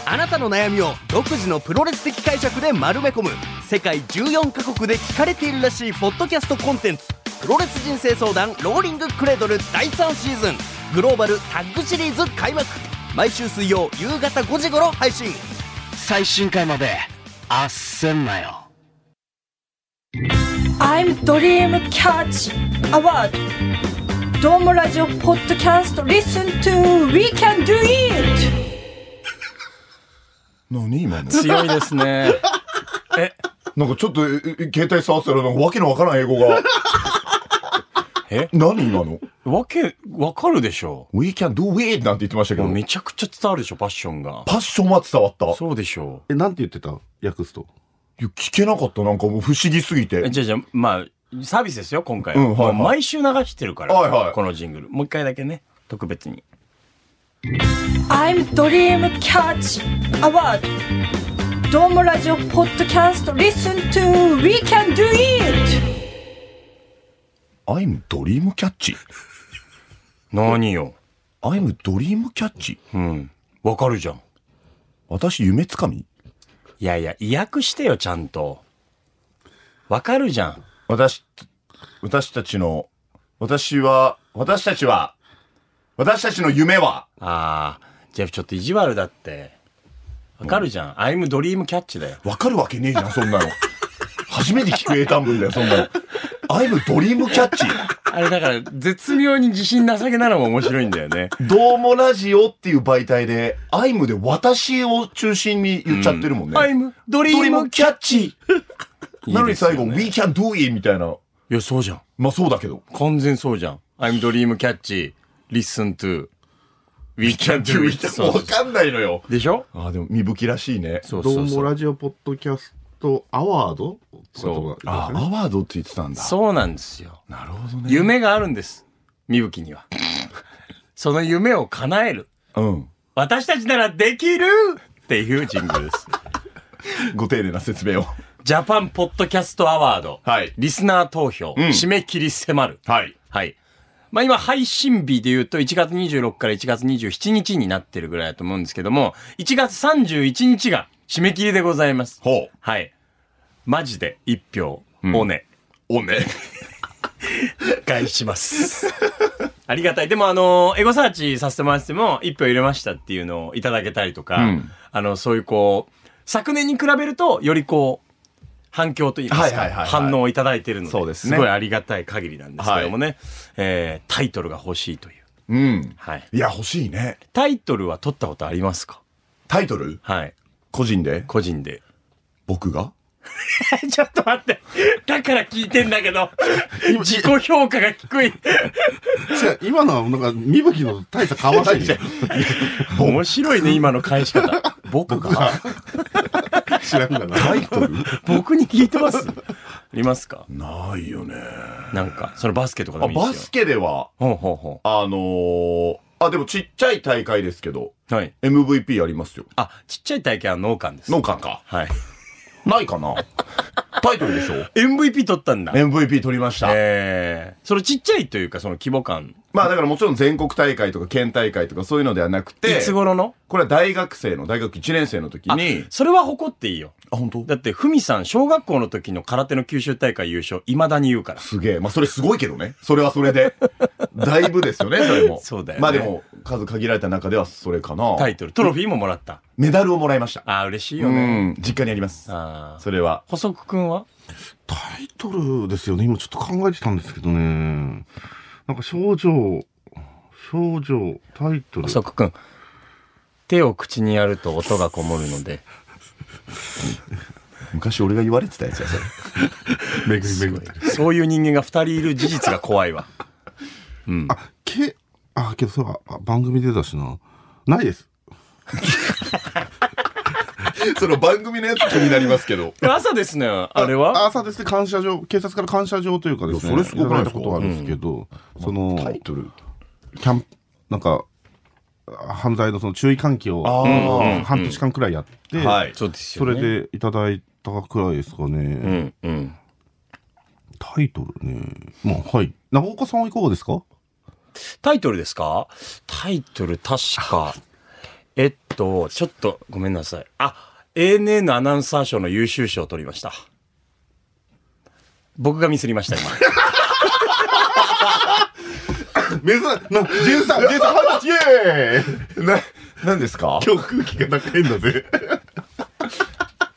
Speaker 5: あなたの悩みを独自のプロレス的解釈で丸め込む世界14カ国で聞かれているらしいポッドキャストコンテンツ「プロレス人生相談ローリングクレードル」第3シーズングローバルタッグシリーズ開幕毎週水曜夕方5時頃配信最新回まであっせんなよ
Speaker 6: I'm Dream Catch Award ドームラジオポッドキャスト Listen to We Can Do It
Speaker 2: 何今の
Speaker 1: 強いです ね。え、
Speaker 2: なんかちょっと、ええ携帯触ってたら、なんかわけのわからん英語が。
Speaker 1: え
Speaker 2: 何今の
Speaker 1: わけ、わかるでしょ
Speaker 2: ?We can do it! なんて言ってましたけ
Speaker 1: も
Speaker 2: ど
Speaker 1: う、めちゃくちゃ伝わるでしょ、パッションが。
Speaker 2: パッションは伝わった。い
Speaker 1: そうでしょ
Speaker 4: え、なんて言ってた訳すと。
Speaker 2: や聞けなかった。なんかもう不思議すぎて
Speaker 1: う。え。じゃあじゃあまあ、サービスですよ、今回は。
Speaker 2: うんはいはい
Speaker 1: もう毎週流してるから、
Speaker 2: はいはい
Speaker 1: このジングル。もう一回だけね、特別に。
Speaker 6: I'm Dream Catch Award どうもラジオポッドキャスト Listen to We can do it
Speaker 2: アイムドリームキャッチ。
Speaker 1: 何よ。
Speaker 2: アイムドリームキャッチ。
Speaker 1: うん。わかるじゃん。
Speaker 2: 私夢つかみ
Speaker 1: いやいや、意訳してよ、ちゃんと。わかるじゃん。
Speaker 2: 私、私たちの、私は、私たちは、私たちの夢は、
Speaker 1: ああ、ジェフちょっと意地悪だって。わかるじゃん。アイムドリームキャッチだよ。
Speaker 2: わかるわけねえじゃん、そんなの。 初めて聞く英単文だよ、そんなの。アイムドリームキャッチ。
Speaker 1: あれだから、絶妙に自信なさげなのも面白いんだよね。
Speaker 2: どうもラジオっていう媒体で、アイムで私を中心に言っちゃってるも んね。
Speaker 1: アイムドリ
Speaker 2: ドリ
Speaker 1: ー
Speaker 2: ーム
Speaker 1: ム
Speaker 2: キャッチ。
Speaker 1: いいですよね
Speaker 2: なのに最後、We can do it みたいな。
Speaker 1: いや、そうじゃん。
Speaker 2: まあそうだけど。
Speaker 1: 完全そうじゃん。アイムドリームキャッチ、listen to, we can do it. そう
Speaker 2: わかんないのよ。
Speaker 1: でしょ
Speaker 2: ああ、でも、みぶきらしいね。
Speaker 1: そう
Speaker 4: ど
Speaker 1: そうう
Speaker 4: も
Speaker 1: そう。
Speaker 4: ラジオポッドキャストアワードとか
Speaker 2: ああ、アワードって言ってたんだ。
Speaker 1: そうなんですよ。
Speaker 2: なるほどね。
Speaker 1: 夢があるんです。みぶきには。その夢を叶える。
Speaker 2: うん。
Speaker 1: 私たちならできるっていうジングルです。
Speaker 2: ご丁寧な説明を。
Speaker 1: ジャパンポッドキャストアワード。
Speaker 2: はい
Speaker 1: リスナー投票。締め切り迫る。
Speaker 2: はい。
Speaker 1: はい。まあ今配信日で言うと1月26から1月27日になってるぐらいだと思うんですけども、1月31日が締め切りでございます。
Speaker 2: ほう。
Speaker 1: はい。マジで一票、おね、
Speaker 2: おね。
Speaker 1: 返します。ありがたい。でもあの、エゴサーチさせてもらっても、一票入れましたっていうのをいただけたりとか、
Speaker 2: うん
Speaker 1: あの、そういうこう、昨年に比べると、よりこう、反響といいますか、
Speaker 2: はいはいはいはい
Speaker 1: 反応をいただいているので
Speaker 2: そうですね
Speaker 1: ごいありがたい限りなんですけどもね、えータイトルが欲しいという。
Speaker 2: うん。
Speaker 1: はい。
Speaker 2: いや、欲しいね。
Speaker 1: タイトルは取ったことありますか
Speaker 2: タイトル
Speaker 1: はい。
Speaker 2: 個人で
Speaker 1: 個人で。
Speaker 2: 僕が
Speaker 1: ちょっと待って。だから聞いてんだけど、自己評価が低い。
Speaker 4: 違う今のはなんかみぶきの大差変わ らないよ
Speaker 1: 面白いね、今の返し方。僕が
Speaker 4: 知らん がな
Speaker 2: タイトル
Speaker 1: 僕に聞いてますありますか
Speaker 2: ないよね。
Speaker 1: なんか、そのバスケとかで
Speaker 2: あ
Speaker 1: もいいですよ。
Speaker 2: バスケでは、
Speaker 1: ほうほうほ
Speaker 2: あのー、あ、でもちっちゃい大会ですけど、
Speaker 1: う。はい。
Speaker 2: MVP ありますよ。
Speaker 1: あ、ちっちゃい体験は農館です。
Speaker 2: 農館か。
Speaker 1: はい。
Speaker 2: ないか なタイトルでしょ
Speaker 1: MVP 取ったんだ。
Speaker 2: ?MVP 取りました。
Speaker 1: えー、そのちっちゃいというか、その規模感。
Speaker 2: まあだからもちろん全国大会とか県大会とかそういうのではなくて、
Speaker 1: いつ頃の
Speaker 2: これは大学生の、大学1年生の時
Speaker 1: あ
Speaker 2: に、
Speaker 1: それは誇っていいよ。
Speaker 2: あ、本当
Speaker 1: だって、ふみさん、小学校の時の空手の九州大会優勝、未だに言うから。
Speaker 2: すげえ。まあ、それすごいけどね。それはそれで。だいぶですよね、それも。
Speaker 1: そうだよね
Speaker 2: まあでも、数限られた中ではそれかな。
Speaker 1: タイトル、トロフィーももらった。
Speaker 2: メダルをもらいました。
Speaker 1: ああ、嬉しいうよね。
Speaker 2: ん。実家にあります。
Speaker 1: ああ。
Speaker 2: それは。
Speaker 1: 細くくんは
Speaker 4: タイトルですよね今ちょっと考えてたんですけどねなんか症状症状タイトル
Speaker 1: 細くくん。手を口にやると音がこもるので。
Speaker 2: 昔俺が言われてたやつや、それ。
Speaker 4: めぐりめぐって
Speaker 1: そういう人間が二人いる事実が怖いわ。
Speaker 4: あけあけどそうだあ番組出たしなないです
Speaker 2: その番組のやつ気になりますけど。
Speaker 1: 朝ですね、あれは
Speaker 4: 朝ですね感謝状警察から感謝状というかですね
Speaker 2: いやそれすごくない
Speaker 4: いた
Speaker 2: です
Speaker 4: だいた
Speaker 2: か
Speaker 4: ことはあるんですけど、その
Speaker 2: タイトル。
Speaker 4: キャンプなんか犯罪のその注意喚起を
Speaker 2: あー
Speaker 4: うん半年間くらいやって、
Speaker 2: はい。
Speaker 1: そうです
Speaker 4: そ
Speaker 1: よね。
Speaker 4: れでいただいたくらいですか
Speaker 1: う
Speaker 4: ね、
Speaker 1: ん、うん。
Speaker 4: タイトルねまあはい長岡さんはいかがですか
Speaker 1: タイトルですかタイトル確か。えっと、ちょっとごめんなさい。あ、ANN アナウンサー賞の優秀賞を取りました。僕がミスりました、 今。
Speaker 4: 珍しいなジェンさんジェンさん二十歳イエーイ
Speaker 2: な、何ですか
Speaker 4: 今日空気が高いん だぜ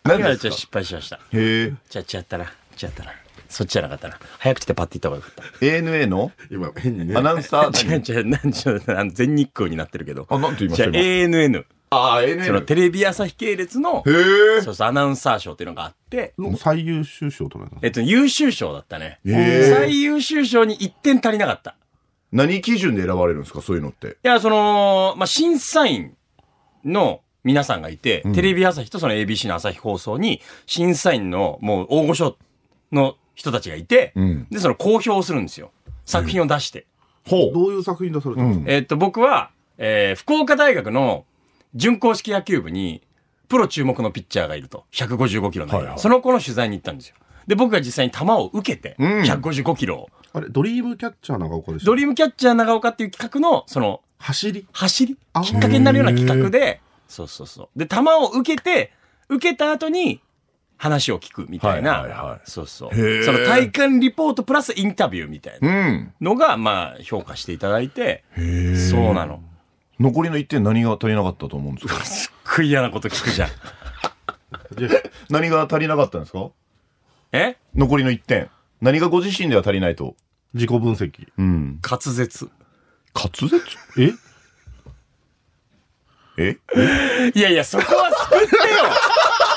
Speaker 2: 何
Speaker 1: 今
Speaker 2: で
Speaker 1: ちょっと
Speaker 2: すか
Speaker 1: 失敗しました。
Speaker 2: へえ。
Speaker 1: じゃあ、違ったな。違ったな。そっちじゃなかったな。早口でパッて言った方がよかった。
Speaker 2: ANA の
Speaker 4: 今変にね
Speaker 2: アナウンサ
Speaker 1: 違う
Speaker 2: ー。
Speaker 1: 違う、なんちゅう、あの全日空になってるけど。
Speaker 2: あなんて言いました
Speaker 1: じゃあ ANN。
Speaker 2: ああ、
Speaker 1: その
Speaker 2: ANA。
Speaker 1: テレビ朝日系列の
Speaker 2: へ、え。
Speaker 1: そうそう、アナウンサー賞っていうのがあって、
Speaker 4: 最優秀賞とられた
Speaker 1: えっと、優秀賞だったね。
Speaker 2: へー
Speaker 1: 最優秀賞に1点足りなかった。
Speaker 2: 何基準で選ばれるんですかそういうのって。
Speaker 1: いや、その、まあ、審査員の皆さんがいて、テレビ朝日とその ABC の朝日放送に、審査員のもう大御所の人たちがいて、
Speaker 2: ん
Speaker 1: で、その公表するんですよ。作品を出して。
Speaker 2: ほ
Speaker 4: どういう作品出されたんですか、
Speaker 1: えっと、僕は、えー福岡大学の準硬式野球部に、プロ注目のピッチャーがいると。155キロの、
Speaker 2: はいはい
Speaker 1: その子の取材に行ったんですよ。で、僕が実際に球を受けて、155キロを、
Speaker 4: あれ、ドリームキャッチャー長岡でした
Speaker 1: ドリームキャッチャー長岡っていう企画の、その、
Speaker 4: 走り
Speaker 1: 走り
Speaker 4: あー
Speaker 1: きっかけになるような企画で、そうそうそう。で、球を受けて、受けた後に話を聞くみたいな、
Speaker 2: はいはいはい
Speaker 1: そうそう。
Speaker 2: へー
Speaker 1: その体感リポートプラスインタビューみたいな
Speaker 3: うん。
Speaker 1: のが、まあ、評価していただいて、そうなの。
Speaker 3: 残りの1点何が足りなかったと思うんですか
Speaker 1: 食い嫌なこと聞くじゃん。
Speaker 3: 何が足りなかったんですか
Speaker 1: え
Speaker 3: 残りの1点。何がご自身では足りないと。
Speaker 4: 自己分析。
Speaker 3: うん。
Speaker 1: 滑舌。
Speaker 3: 滑舌
Speaker 4: え
Speaker 3: え
Speaker 1: いやいや、そこは救ってよ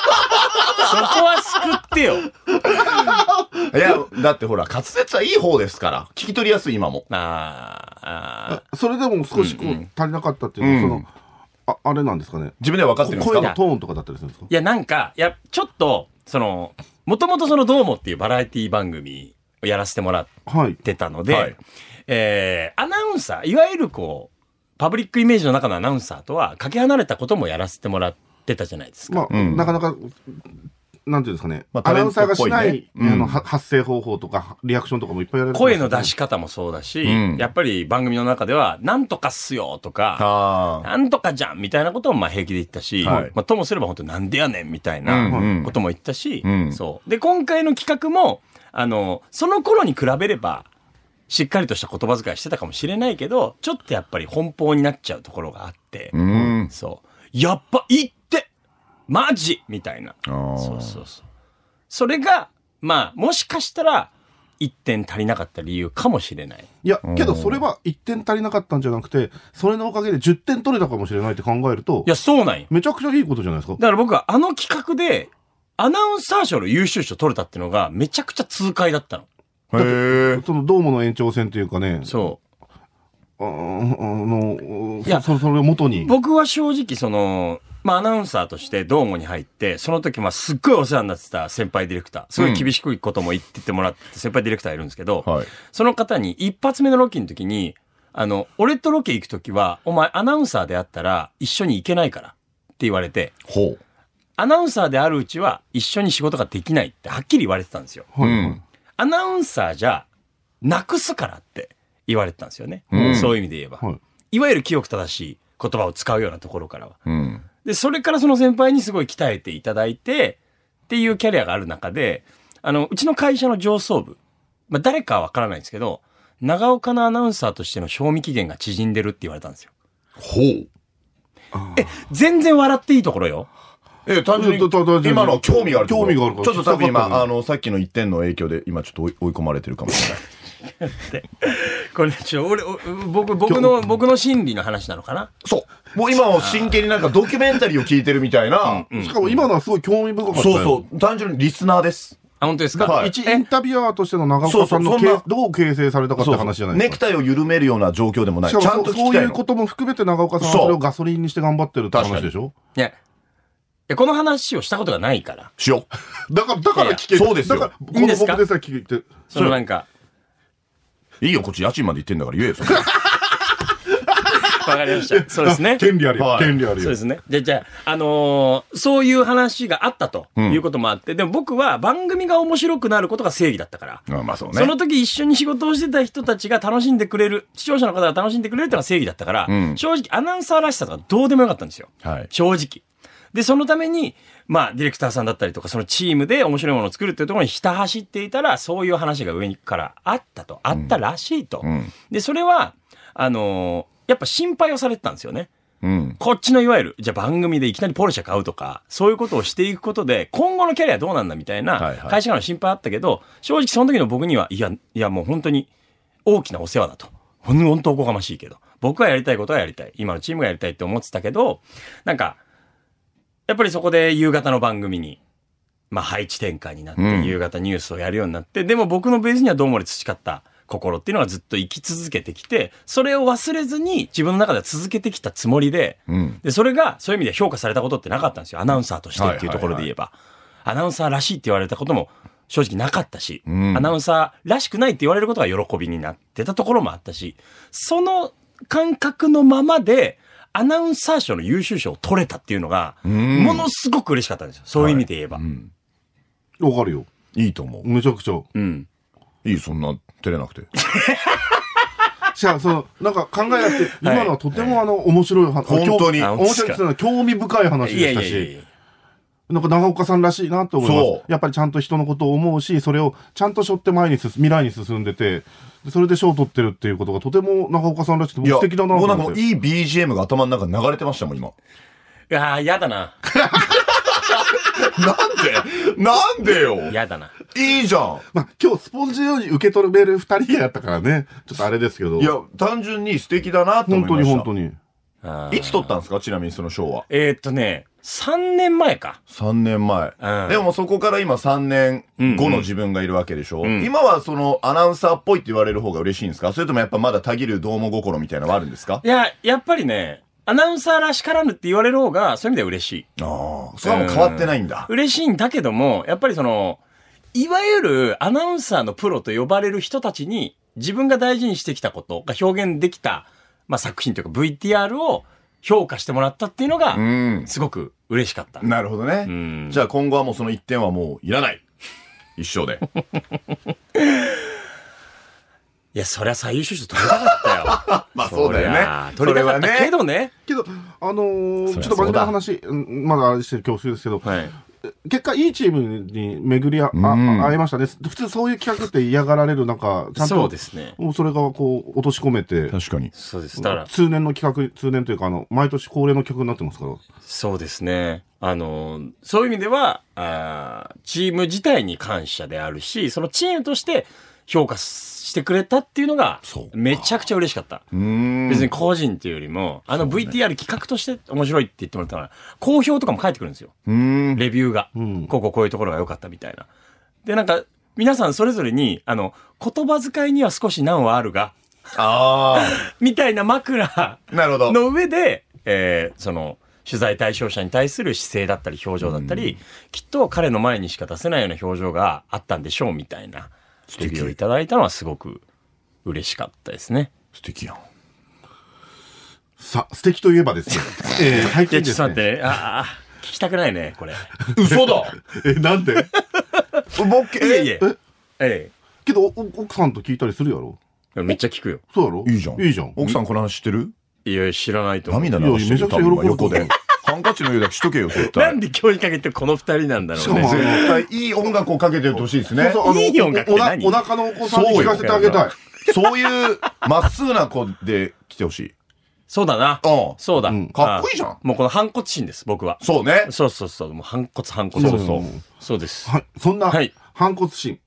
Speaker 1: そこは救ってよ
Speaker 3: いや、だってほら、滑舌はいい方ですから。聞き取りやすい今も。
Speaker 1: あーあ
Speaker 4: それでも少しこう、足りなかったっていうのは、その、あ、あれなんですかね。
Speaker 3: 自分では分かってるんです
Speaker 4: 声
Speaker 3: か
Speaker 4: のトーンとかだったりするんですか
Speaker 1: ー。いや、なんか、いや、ちょっと、その、もともとその、どうもっていうバラエティ番組をやらせてもらっ
Speaker 4: はい。
Speaker 1: てたので、
Speaker 3: はい
Speaker 1: えーアナウンサー、いわゆるこう、パブリックイメージの中のアナウンサーとは、かけ離れたこともやらせてもらってたじゃないですか。
Speaker 4: まあ、
Speaker 3: うん
Speaker 4: なかなか、なんていうんですかね。
Speaker 3: まあ
Speaker 4: アナウンサーがしな
Speaker 3: タレン
Speaker 4: い
Speaker 3: トっぽいねうん
Speaker 4: あのは発声方法とか、リアクションとかもいっぱいやられてます
Speaker 1: 声の出し方もそうだし、
Speaker 3: うん
Speaker 1: やっぱり番組の中では、なんとかっすよとか、
Speaker 3: ああ。
Speaker 1: なんとかじゃんみたいなこともまあ平気で言ったし、
Speaker 3: はい
Speaker 1: まあ、ともすれば本当なんでやねんみたい
Speaker 3: うんう
Speaker 1: なんことも言ったし、
Speaker 3: うん
Speaker 1: そう。で、今回の企画も、あの、その頃に比べれば、しっかりとした言葉遣いしてたかもしれないけど、ちょっとやっぱり奔放になっちゃうところがあって、
Speaker 3: うん。
Speaker 1: そう。やっぱ言ってマジみたいな。
Speaker 3: あー
Speaker 1: そうそうそう。それが、まあ、もしかしたら、一点足りなかった理由かもしれない。
Speaker 4: いや、けどそれは1点足りなかったんじゃなくて、それのおかげで10点取れたかもしれないって考えると
Speaker 1: い、や、そうなんよ。
Speaker 4: めちゃくちゃいいことじゃないですか。
Speaker 1: だから僕はあの企画で、アナウンサー賞の優秀賞取れたってのがめちゃくちゃ痛快だったの。
Speaker 3: へえ。
Speaker 4: そのドームの延長戦というかね、
Speaker 1: そ
Speaker 4: あーあの、
Speaker 1: いや
Speaker 4: そそれを元
Speaker 1: う。
Speaker 4: に。
Speaker 1: 僕は正直その、まあアナウンサーとしてドームに入って、その時まあすっごいお世話になってた先輩ディレクター、すごい厳しくいことも言っててもらってた先輩ディレクターいるんですけど、
Speaker 3: はい。
Speaker 1: その方に一発目のロケの時に、あの、俺とロケ行く時は、お前アナウンサーであったら一緒に行けないからって言われて、
Speaker 3: ほ
Speaker 1: アナウンサーであるうちは一緒に仕事ができないってはっきり言われてたんですよ。
Speaker 3: う。う
Speaker 4: はい
Speaker 3: ん。
Speaker 1: アナウンサーじゃなくすからって言われてたんですよね。
Speaker 3: うん
Speaker 1: そういう意味で言えば、
Speaker 4: はい
Speaker 1: い。わゆる清く正しい言葉を使うようなところからは。
Speaker 3: うん。
Speaker 1: で、それからその先輩にすごい鍛えていただいて、っていうキャリアがある中で、あの、うちの会社の上層部、まあ、誰かはわからないんですけど、長岡のアナウンサーとしての賞味期限が縮んでるって言われたんですよ。
Speaker 3: ほう。え、
Speaker 1: 全然笑っていいところよ。
Speaker 3: 単純
Speaker 4: だだだ
Speaker 3: に、今のは興味があるところ。
Speaker 4: 興味があるから
Speaker 3: ちょっと多分
Speaker 4: 聞きたかっ
Speaker 3: 今、
Speaker 4: たの
Speaker 3: あの、さっきの1点の影響で、今ちょっと追い追い込まれてるかもしれない。
Speaker 1: これ、ちょ、俺、お僕、僕の、僕の心理の話なのかな
Speaker 3: そう。もう今は真剣になんかドキュメンタリーを聞いてるみたいな。
Speaker 4: しかも今のはすごい興味深かったよ。
Speaker 3: そうそう。単純にリスナーです。
Speaker 1: あ、本当ですか、
Speaker 3: はい
Speaker 4: 一インタビュアーとしての長岡さんの
Speaker 3: そうそうそんな
Speaker 4: けどう形成されたかって話じゃない
Speaker 3: ネ
Speaker 4: で
Speaker 3: ク
Speaker 4: すか。
Speaker 3: タイを緩めるような状況でもない。ちゃ
Speaker 4: しか
Speaker 3: ん
Speaker 4: も
Speaker 3: と
Speaker 4: そ
Speaker 3: 聞
Speaker 4: う
Speaker 3: き
Speaker 4: そう
Speaker 3: たい
Speaker 4: いう
Speaker 3: の。
Speaker 4: ことも含めて長岡さんはそれをガソリンにして頑張ってるって話でしょ
Speaker 1: いや、いやこの話をしたことがないから。
Speaker 3: しよ
Speaker 4: だから、だから聞け
Speaker 3: いやそうですよ
Speaker 4: だから、こ
Speaker 1: いいん
Speaker 4: の
Speaker 1: ですか
Speaker 4: 僕でさえ聞いて。
Speaker 1: そのなんか、
Speaker 3: う。いいよ、こっち家賃まで言ってんだから言えよ。そ れ
Speaker 1: わかりました。 そうですね。
Speaker 4: 権利あるよ。
Speaker 3: はい
Speaker 4: 権利あ
Speaker 1: そ
Speaker 4: る
Speaker 1: う
Speaker 4: よ
Speaker 1: で。すね。じゃあ、じゃあ、あのーそういう話があったということもあって、でも僕は番組が面白くなることが正義だったから、
Speaker 3: あまあそうね。
Speaker 1: その時一緒に仕事をしてた人たちが楽しんでくれる、視聴者の方が楽しんでくれるってのが正義だったから、
Speaker 3: うん
Speaker 1: 正直アナウンサーらしさとかどうでもよかったんですよ。
Speaker 3: はい。
Speaker 1: 正直。で、そのために、まあ、ディレクターさんだったりとか、そのチームで面白いものを作るっていうところにひた走っていたら、そういう話が上からあったと、あったらしいと。
Speaker 3: うん。
Speaker 1: で、それは、あのーやっぱ心配をされてたんですよね。
Speaker 3: うん。
Speaker 1: こっちのいわゆる、じゃあ番組でいきなりポルシェ買うとか、そういうことをしていくことで、今後のキャリアどうなんだみたい
Speaker 3: は
Speaker 1: ない
Speaker 3: はい、
Speaker 1: 会社からの心配あったけど、正直その時の僕には、いや、いやもう本当に大きなお世話だと。ほん本当おこがましいけど。僕はやりたいことはやりたい。今のチームがやりたいって思ってたけど、なんか、やっぱりそこで夕方の番組に、まあ配置転換になって、
Speaker 3: うん
Speaker 1: 夕方ニュースをやるようになって、でも僕のベースにはどうもで培った心っていうのがずっと生き続けてきて、それを忘れずに自分の中では続けてきたつもりで、
Speaker 3: うん。
Speaker 1: で、それが、そういう意味で評価されたことってなかったんですよ。アナウンサーとしてっていうところで言えば。アナウンサーらしいって言われたことも正直なかったし、
Speaker 3: うん
Speaker 1: アナウンサーらしくないって言われることが喜びになってたところもあったし、その感覚のままで、アナウンサー賞の優秀賞を取れたっていうのが、ものすごく嬉しかったんですよ。そういう意味で言えば。うん。
Speaker 4: わかるよ。
Speaker 2: いいと思
Speaker 4: めちゃくちゃ。
Speaker 2: う。いい、そんな、照れなくて。
Speaker 4: じゃあ、その、なんか考えなくて、今のはとてもあの、面白い話。
Speaker 2: 本当に
Speaker 4: 興面白いっていうのは興味深い話
Speaker 1: いや
Speaker 4: で
Speaker 1: い
Speaker 4: し
Speaker 1: や
Speaker 4: た
Speaker 1: いやい
Speaker 4: し
Speaker 1: や。。
Speaker 4: なんか長岡さんらしいなと思い
Speaker 2: そ
Speaker 4: ま
Speaker 2: う
Speaker 4: す。やっぱりちゃんと人のことを思うし、それをちゃんと背負って前に進未来に進んでて、でそれで賞を取ってるっていうことがとても長岡さんらしくて、
Speaker 2: い
Speaker 4: 僕
Speaker 2: や
Speaker 4: 素敵だな
Speaker 2: も
Speaker 4: と
Speaker 2: うなんかも
Speaker 4: 思っ
Speaker 2: う
Speaker 4: て。
Speaker 2: いい BGM が頭の中に流れてましたもん、今。
Speaker 1: いやー、やだな。
Speaker 2: なんでなんでよ
Speaker 1: やだな。
Speaker 2: いいじゃん
Speaker 4: まあ、今日スポンジのように受け取れる二人やったからね、ちょっとあれですけど。
Speaker 2: いや、単純に素敵だなと
Speaker 4: 本
Speaker 2: 思い
Speaker 4: 当
Speaker 2: ま
Speaker 4: に
Speaker 2: した。
Speaker 4: 本当に。
Speaker 1: あ
Speaker 2: い
Speaker 1: ー
Speaker 2: つ撮ったんですかちなみにその賞は。
Speaker 1: えーっとね、3年前か。
Speaker 2: 3年前。
Speaker 1: うん
Speaker 2: でもそこから今3年後の自分がいるわけでしょ、今はそのアナウンサーっぽいって言われる方が嬉しいんですかそれともやっぱまだたぎるどうも心みたいなのはあるんですか
Speaker 1: いや、やっぱりね、アナウンサーらしからぬって言われる方が、そういう意味では嬉しい。
Speaker 2: ああ。それはもう変わってないんだ。
Speaker 1: 嬉しいんだけども、やっぱりその、いわゆるアナウンサーのプロと呼ばれる人たちに自分が大事にしてきたことが表現できた、まあ、作品というか VTR を評価してもらったっていうのが
Speaker 2: う、ん。
Speaker 1: すごく嬉しかった。
Speaker 2: なるほどね。
Speaker 1: ん
Speaker 2: じゃあ今後はもうその1点はもういらない。一生 で。
Speaker 1: いや、そりゃ最優秀賞取りたかったよ。
Speaker 2: まあそうだよね
Speaker 1: りゃ取りたかったけどね。
Speaker 4: けど、あのー
Speaker 2: そりゃ
Speaker 4: ちょっと真面目な話、うんまだあれして恐縮ですけど、
Speaker 1: はい。
Speaker 4: 結果、いいチームに巡りあ、
Speaker 2: ん
Speaker 4: あ、会えましたね。普通そういう企画って嫌がられる中、ちゃんと、
Speaker 1: そうですね。
Speaker 4: もうそれがこう、落とし込めて、
Speaker 2: 確かに。
Speaker 1: そうです。だから、
Speaker 4: 通年の企画、通年というか、あの、毎年恒例の企画になってますから。
Speaker 1: そうですね。あの、そういう意味では、あーチーム自体に感謝であるし、そのチームとして評価してくれたっていうのが
Speaker 2: そう、か
Speaker 1: めちゃくちゃ嬉しかった。
Speaker 2: うん。
Speaker 1: 別に個人っていうよりも、あの VTR 企画として面白いって言ってもらったら、好評とかも返ってくるんですよ。
Speaker 2: うん。
Speaker 1: レビューが。
Speaker 4: ん
Speaker 1: こうこうこういうところが良かったみたいな。で、なんか、皆さんそれぞれに、あの、言葉遣いには少し難はあるが、
Speaker 2: あ
Speaker 1: みたいな枕
Speaker 2: あ。なるほ ど。
Speaker 1: の上で、えーその、取材対象者に対する姿勢だったり表情だったり、きっと彼の前にしか出せないような表情があったんでしょうみたいな、レビューをいただいたのはすごく嬉しかったですね。
Speaker 2: 素敵やん。
Speaker 4: さ、素敵といえ ばですよ。えー、最
Speaker 1: いや、
Speaker 4: 近
Speaker 1: ち
Speaker 4: で
Speaker 1: ょっと
Speaker 4: す
Speaker 1: 待っ
Speaker 4: ね。
Speaker 1: てね。ああ、 聞きたくないね、これ。
Speaker 2: 嘘だ
Speaker 4: え、なんで
Speaker 2: 僕、
Speaker 1: いえい
Speaker 2: え、
Speaker 1: え。え
Speaker 4: けど、お奥さんと聞いたりするやろ
Speaker 1: え。めっちゃ聞くよ。
Speaker 4: そうやろ
Speaker 2: いいじゃん。
Speaker 4: いいじゃん。
Speaker 2: 奥さんこの話知ってる
Speaker 1: いや、知らないと思う。
Speaker 2: 涙流してる
Speaker 4: いやめちゃくちゃ喜ぶ
Speaker 2: 多分横で。ハンカチの湯だけしとけよ、絶対。
Speaker 1: なんで今日にかけてこの二人なんだろうね。
Speaker 4: し
Speaker 2: 絶対いい音楽をかけてほしいですね。
Speaker 4: そうそうあの
Speaker 1: いい音楽って何
Speaker 4: おおなお腹のお子さんに聞かせてあげたい。
Speaker 2: そういう、まっすぐな子で来てほしい。
Speaker 1: そうだな。
Speaker 2: うん
Speaker 1: そうだ、
Speaker 4: ん
Speaker 2: かっこいいじゃん
Speaker 1: ああもうこの反骨心です、僕は。
Speaker 2: そうね。
Speaker 1: そうそうそう。もう反骨反骨。
Speaker 2: そうそう
Speaker 1: そうです。
Speaker 4: はい、そんな
Speaker 1: はい、
Speaker 4: 反骨心、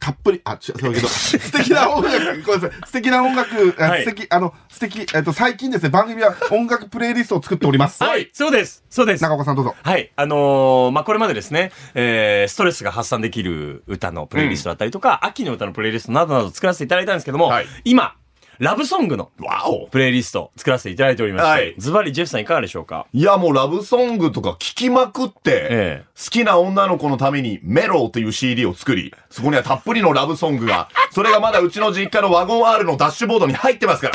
Speaker 4: たっぷり、あ、違う、そうだけど、素敵な音楽、ごめんなさい、素敵な音楽、あ
Speaker 1: はい
Speaker 4: 素敵、あの、素敵、えっと、最近ですね、番組は音楽プレイリストを作っております。
Speaker 1: はい、そうです。そうです。
Speaker 4: 中岡さんどうぞ。
Speaker 1: はい。あのーまあ、これまでですね、えー、ストレスが発散できる歌のプレイリストだったりとか、秋の歌のプレイリストなどなど作らせていただいたんですけども、
Speaker 2: はい
Speaker 1: 今、ラブソングの
Speaker 2: わお
Speaker 1: プレイリストを作らせていただいておりまして、
Speaker 2: はい
Speaker 1: ズバリジェフさんいかがでしょうか
Speaker 2: いや、もうラブソングとか聴きまくって、
Speaker 1: ええ
Speaker 2: 好きな女の子のためにメロウという CD を作り、そこにはたっぷりのラブソングが、それがまだうちの実家のワゴン R のダッシュボードに入ってますから、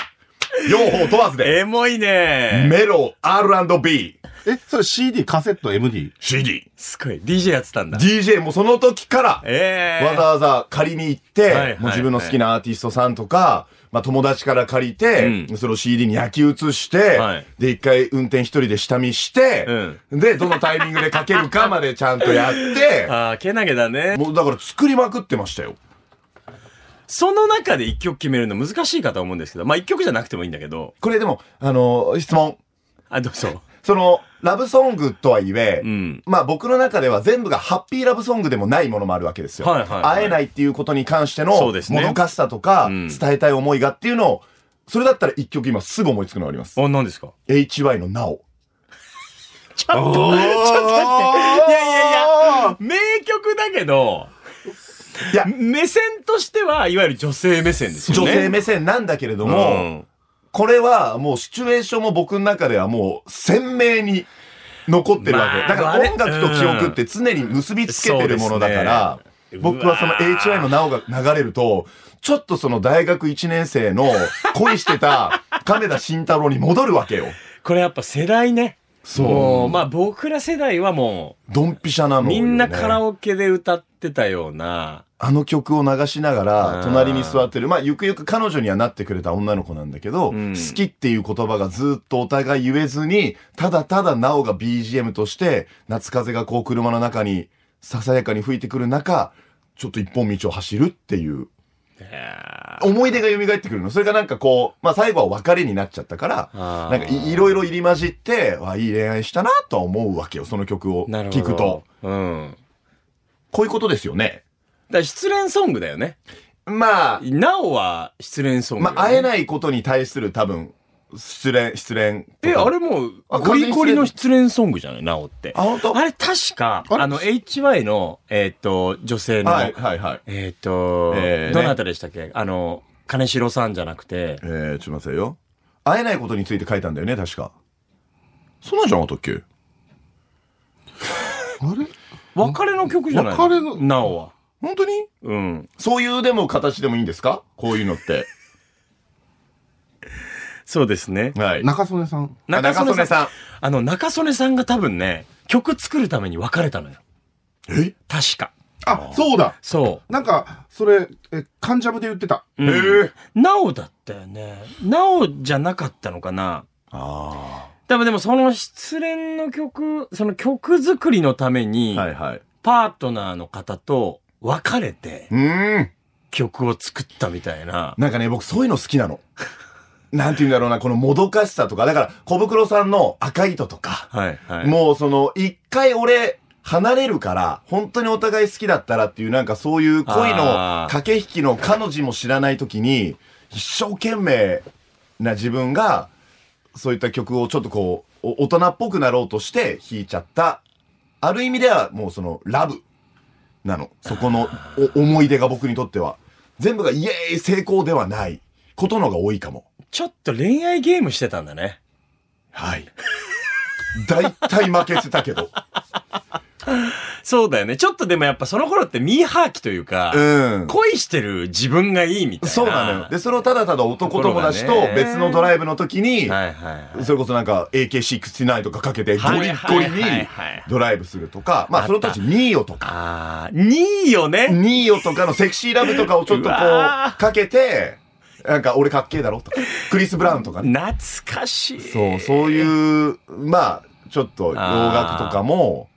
Speaker 2: 両方問わずで、
Speaker 1: エモいね
Speaker 2: メロウ R&B、
Speaker 4: え、それ CD、カセット、MD。
Speaker 2: CD、
Speaker 1: すごい。DJ やってたんだ。
Speaker 2: DJ もその時から、
Speaker 1: ええ
Speaker 2: わざわざ借りに行って、
Speaker 1: いはい
Speaker 2: もう自分の好きなアーティストさんとか、まあ、友達から借りて、
Speaker 1: うん
Speaker 2: それを CD に焼き写して、
Speaker 1: はい
Speaker 2: で、一回運転一人で下見して、で、どのタイミングでかけるかまでちゃんとやっ て、
Speaker 1: ああ、けなげだね。
Speaker 2: もうだから作りまくってましたよ。
Speaker 1: その中で一曲決めるの難しいかと思うんですけど、まあ一曲じゃなくてもいいんだけど、
Speaker 2: これでも、あの、質問。
Speaker 1: あ、どうぞ。
Speaker 2: その、ラブソングとはいえ、
Speaker 1: うん
Speaker 2: まあ僕の中では全部がハッピーラブソングでもないものもあるわけですよ。
Speaker 1: はいはいはい
Speaker 2: 会えないっていうことに関しての、
Speaker 1: そうですね
Speaker 2: もどかしさとか、
Speaker 1: うん
Speaker 2: 伝えたい思いがっていうのを、それだったら一曲今すぐ思いつくのがあります。
Speaker 1: お、何ですか
Speaker 2: HY のなお。
Speaker 1: ちょっと、ちょっと待って。いやいやいや、名曲だけど、
Speaker 2: いや
Speaker 1: 目線としては、いわゆる女性目線ですよ
Speaker 2: 女
Speaker 1: ね。
Speaker 2: 性目線なんだけれども、
Speaker 1: うん
Speaker 2: これはもうシチュエーションも僕の中ではもう鮮明に残ってるわけ。
Speaker 1: まあ
Speaker 2: だから
Speaker 1: あれ
Speaker 2: 音楽と記憶って常に結びつけてるものだから、
Speaker 1: うんそうですね
Speaker 2: 僕はその
Speaker 1: うわー
Speaker 2: HY のなおが流れると、ちょっとその大学1年生の恋してた亀田慎太郎に戻るわけよ。
Speaker 1: これやっぱ世代ね。
Speaker 2: そう
Speaker 1: もうまあ僕ら世代はも
Speaker 2: ドンピシャな
Speaker 1: う、
Speaker 2: の、
Speaker 1: みんなカラ
Speaker 2: オ
Speaker 1: オケで歌ってたような、
Speaker 2: あの曲を流しなが
Speaker 1: うん
Speaker 2: ら、隣に座ってる、まあ、ゆくゆく彼女にはなってくれた女の子なんだけど、
Speaker 1: うん
Speaker 2: 好きっていう言葉がずっとお互い言えずに、ただただなおが BGM として、夏風がこう車の中に、ささやかに吹いてくる中、ちょっと一本道を走るっていう、思い出が蘇ってくるの。それがなんかこう、まあ、最後は別れになっちゃったから、
Speaker 1: あー
Speaker 2: なんかいいろいろ入り混じって、わ、いい恋愛したなとは思うわけよ、その曲を
Speaker 1: なるほど。
Speaker 2: 聞くと。。
Speaker 1: うん。
Speaker 2: こういうことですよね。
Speaker 1: だから失恋ソングだよね。
Speaker 2: まあ、
Speaker 1: なおは失恋ソング、
Speaker 2: まあ、会え
Speaker 1: い。
Speaker 2: ないことに対する多分、失恋、失恋とか。
Speaker 1: え、あれもう、
Speaker 2: あ
Speaker 1: ゴリゴリの失恋ソングじゃないなおって。
Speaker 2: あ、本当
Speaker 1: あれ確か、あの、HY の、えーっと、女性の、
Speaker 2: はい、はい、はい。
Speaker 1: えーっと、
Speaker 2: えーね
Speaker 1: どなたでしたっけあの、金城さんじゃなくて
Speaker 2: え、ー、ちょっと待ってよ。会えないことについて書いたんだよね、確か。そんなんじゃなかったっけ
Speaker 4: あれ
Speaker 1: 別れの曲じゃない
Speaker 4: 別れの
Speaker 1: なおは。
Speaker 2: 本当に
Speaker 1: うん。
Speaker 2: そういうでも形でもいいんですかこういうのって。
Speaker 1: そうですね。
Speaker 2: はい。
Speaker 4: 中曽根さん。
Speaker 2: あ中曽根さん。
Speaker 1: あの、中曽根さんが多分ね、曲作るために別れたのよ。
Speaker 2: え
Speaker 1: 確か。
Speaker 4: あ、そうだ
Speaker 1: そ
Speaker 4: なんか、それ、え、カンジャムで言ってた。
Speaker 1: う。うんなおだったよね。なおじゃなかったのかな
Speaker 2: あ
Speaker 1: 多分でもその失恋の曲、その曲作りのために
Speaker 2: あ。、はい、はい。
Speaker 1: パートナーの方と別れて
Speaker 2: うーん。
Speaker 1: 曲を作ったみたいな。
Speaker 2: なんかね、僕そういうの好きなの。なんて言うんだろうな、このもどかしさとか、だから小袋さんの赤い糸とか、
Speaker 1: はいはも
Speaker 2: もうその、一回俺、離れるから、本当にお互い好きだったらっていう、なんかそういう恋
Speaker 1: あー
Speaker 2: の駆け引きの彼女も知らない時に、一生懸命な自分が、そういった曲をちょっとこう、お大人っぽくなろうとして弾いちゃった。ある意味ではもうその、ラブなの。そこのお思い出が僕にとっては。全部がイエーイ成功ではないことのが多いかも。
Speaker 1: うちょっと恋愛ゲームしてたんだね。
Speaker 2: はい。大体負けてたけど。
Speaker 1: そうだよね。ちょっとでもやっぱその頃ってミーハーキというか、
Speaker 2: うん。
Speaker 1: 恋してる自分がいいみたいな。
Speaker 2: そうなのよ。で、それをただただ男友達
Speaker 1: とことろがね
Speaker 2: 別のドライブの時に、
Speaker 1: はいはいはい。
Speaker 2: それこそなんか AK69 とかかけてゴ
Speaker 1: はい
Speaker 2: リッゴ
Speaker 1: は
Speaker 2: リ
Speaker 1: いはい
Speaker 2: に
Speaker 1: はい
Speaker 2: ドライブするとか、ま
Speaker 1: あ
Speaker 2: あ
Speaker 1: った
Speaker 2: その当時ニーヨとか、
Speaker 1: あー、2位よね。
Speaker 2: ニーヨとかのセクシーラブとかをちょっとこう
Speaker 1: うわー
Speaker 2: かけて、なんか俺かっけえだろとか、クリス・ブラウンとかね。
Speaker 1: 懐かしい。
Speaker 2: そう、そういう、まあ、ちょっと洋楽とかも、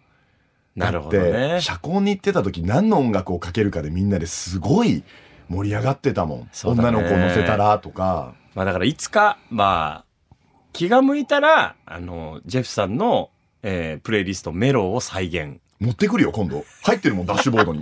Speaker 1: なるほど
Speaker 2: で、
Speaker 1: ね。
Speaker 2: 社交に行ってた時何の音楽をかけるかでみんなですごい盛り上がってたもん。
Speaker 1: そうだね
Speaker 2: 女の子を乗せたらとか。
Speaker 1: まあだからいつか、まあ、気が向いたら、あの、ジェフさんの、えープレイリストメロを再現。
Speaker 2: 持ってくるよ、今度。入ってるもん、ダッシュボードに。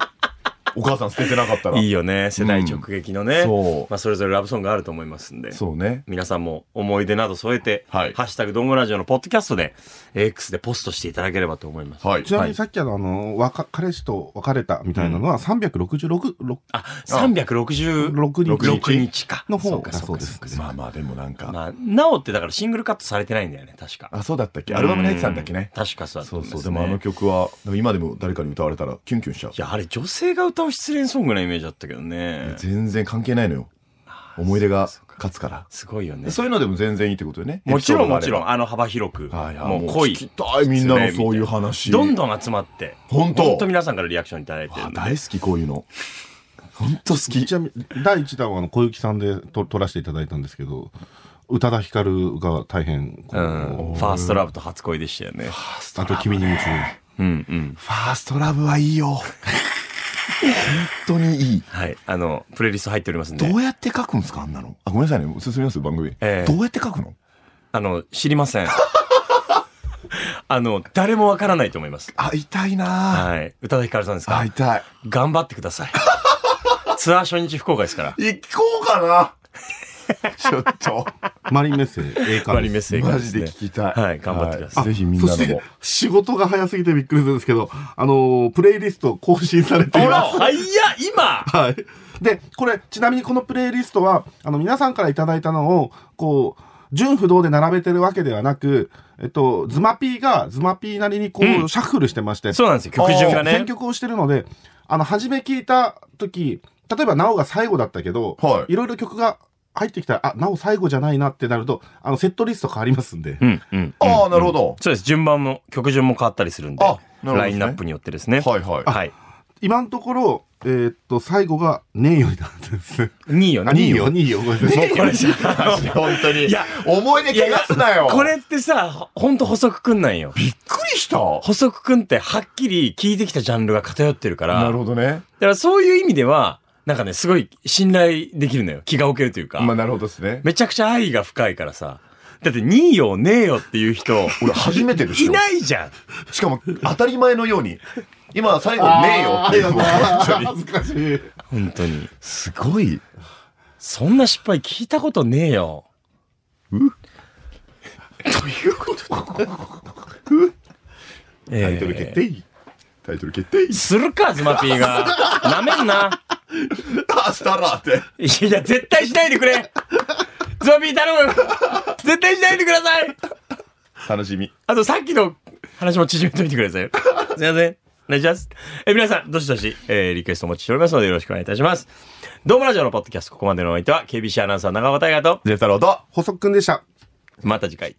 Speaker 2: お母さん捨ててなかったら。
Speaker 1: いいよね。世代直撃のね。
Speaker 2: そう
Speaker 1: まあそれぞれラブソングあると思いますんで。
Speaker 2: そうね。
Speaker 1: 皆さんも思い出など添えて、
Speaker 2: はい
Speaker 1: ハッシュタグドンゴラジオのポッドキャストで、X でポストしていただければと思います。
Speaker 2: はい。
Speaker 4: ちなみにさっきあの、あのわか彼氏と別れたみたいなのは、366、ろ
Speaker 1: あ、366
Speaker 4: 6
Speaker 1: 日か。
Speaker 4: の方
Speaker 1: そうか、
Speaker 4: だ
Speaker 1: そ
Speaker 4: そうう
Speaker 1: か
Speaker 4: で
Speaker 1: そ
Speaker 4: す
Speaker 1: うか。
Speaker 2: まあまあ、でもなんか。
Speaker 1: まあ、なおってだからシングルカットされてないんだよね、確か。
Speaker 2: あ、そうだったっけアルバムに入ってたんだっけね。
Speaker 1: うん確かそうだった
Speaker 2: そ
Speaker 1: ん
Speaker 2: う
Speaker 1: すね
Speaker 2: そう。でもあの曲は、でも今でも誰かに歌われたらキュンキュンしちゃう
Speaker 1: い。や、あれ女性が歌う失恋ソングなイメージだったけどね。
Speaker 2: 全然関係ないのよ。思い出が勝つから。
Speaker 1: すごいよね。
Speaker 2: そういうのでも全然いいってことよね。
Speaker 1: もちろんもちろ
Speaker 2: ん。
Speaker 1: ん、あの幅広く、
Speaker 2: はいはい。
Speaker 1: もう
Speaker 2: 聞
Speaker 1: 恋、
Speaker 2: きたい、みんなのそういう話。
Speaker 1: どんどん集まって、
Speaker 2: 本当
Speaker 1: 本当皆さんからリアクションいただいてる
Speaker 2: あ
Speaker 1: んで
Speaker 2: 大好き、こういうの。ほんと好き
Speaker 4: ち。なみに、第1弾はあの小雪さんでと撮らせていただいたんですけど、宇多田ヒカルが大変、
Speaker 1: う。
Speaker 4: こうん
Speaker 1: ファーストラブと初恋でしたよね。
Speaker 4: あと君に夢中。
Speaker 1: うんうん。
Speaker 2: ファーストラブはいいよ。 本当にいい。
Speaker 1: はい。あの、プレイリスト入っておりますん
Speaker 2: ど
Speaker 1: で。
Speaker 2: うやって書くんですかあんなの。あ、ごめんなさいね。進みます番組。
Speaker 1: ええ
Speaker 2: どうやって書くの
Speaker 1: あの、知りま せん。あの、誰もわからないと思います。
Speaker 2: あ、痛いなぁ。
Speaker 1: はい。宇多田ヒカルさんです
Speaker 2: あ、
Speaker 1: か
Speaker 2: 痛い。
Speaker 1: 頑張ってくだ さい。ツアー初日福岡ですから。
Speaker 2: 行こうかな。 ちょっと。
Speaker 4: マリンメッセ、A カ
Speaker 1: マ
Speaker 4: ル
Speaker 1: リ
Speaker 4: で
Speaker 1: メッ
Speaker 4: す。
Speaker 1: セ
Speaker 2: マジで聞きたい。
Speaker 1: はい頑張ってくださ
Speaker 2: はぜひみん
Speaker 4: そ
Speaker 2: な
Speaker 4: し
Speaker 2: の
Speaker 4: て
Speaker 2: も。、
Speaker 4: 仕事が早すぎてびっくりするんですけど、あのープレイリスト更新されてい
Speaker 1: ほら、
Speaker 4: ます。
Speaker 1: はいや、今
Speaker 4: はい。で、これ、ちなみにこのプレイリストは、あの、皆さんからいただいたのを、こう、順不動で並べてるわけではなく、えっと、ズマピーが、ズマピーなりにこう、シャッフルしてまして、
Speaker 1: そうなんですよ、曲順がね
Speaker 4: 選。曲をしてるので、あの、初め聞いた時、例えば、なおが最後だったけど、
Speaker 2: はい
Speaker 4: いろいろ曲が入ってきたら、あ、なお最後じゃないなってなると、あの、セットリスト変わりますんで。
Speaker 1: うん、うん。
Speaker 2: ああ、なるほど。
Speaker 1: そうです。順番も、曲順も変わったりするんで、
Speaker 2: あなるほどですね
Speaker 1: ラインナップによってですね。
Speaker 2: はいはい
Speaker 1: はい。
Speaker 4: 今のところ、えーっと、最後が、ねえよになってです。
Speaker 1: 2位よ、
Speaker 4: あ、
Speaker 1: 2
Speaker 4: 2
Speaker 1: 位
Speaker 4: よ、
Speaker 1: よ。
Speaker 4: 2よ、ごめんなさい。
Speaker 1: これじゃ
Speaker 2: 本当に。
Speaker 1: いや
Speaker 2: 思い出怪我すなよ。
Speaker 1: これってさ、ほほんと補足くんなんよ。
Speaker 2: びっくりした。
Speaker 1: 補足くんってはっきり聞いてきたジャンルが偏ってるから、
Speaker 2: なるほどね。
Speaker 1: だからそういう意味では、なんかね、すごい信頼できるのよ。気が置けるというか。
Speaker 2: まあ、なるほどですね。
Speaker 1: めちゃくちゃ愛が深いからさ。だって、2位よ、ねえよっていう人、
Speaker 2: 俺初めてです
Speaker 1: い
Speaker 2: よ。
Speaker 1: ないじゃん。
Speaker 2: しかも、当たり前のように。今、最後、ねえよっていうのが本当に。
Speaker 4: 恥ずかしい。
Speaker 1: 本当に。
Speaker 2: すごい。
Speaker 1: そんな失敗聞いたことねえよ。
Speaker 2: ということで
Speaker 1: タ
Speaker 2: タイトル決定。タイトル決定。
Speaker 1: するか、ズマピーが。なめんな。
Speaker 2: あ、したらって。
Speaker 1: いや、絶対しないでくれ。ズマピー頼む。絶対しないでください。
Speaker 2: 楽しみ。
Speaker 1: あとさっきの話も縮めてみてください。すいません。お願いします。え、皆さん、どしどし、えーリクエストお待ちしておりますのでよろしくお願いいたします。どうもラジオのポッドキャスト、ここまでのお相手は、KBC アナウンサー長尾大和と、
Speaker 2: ジェフ太郎と。
Speaker 4: 細くんでした。
Speaker 1: また次回。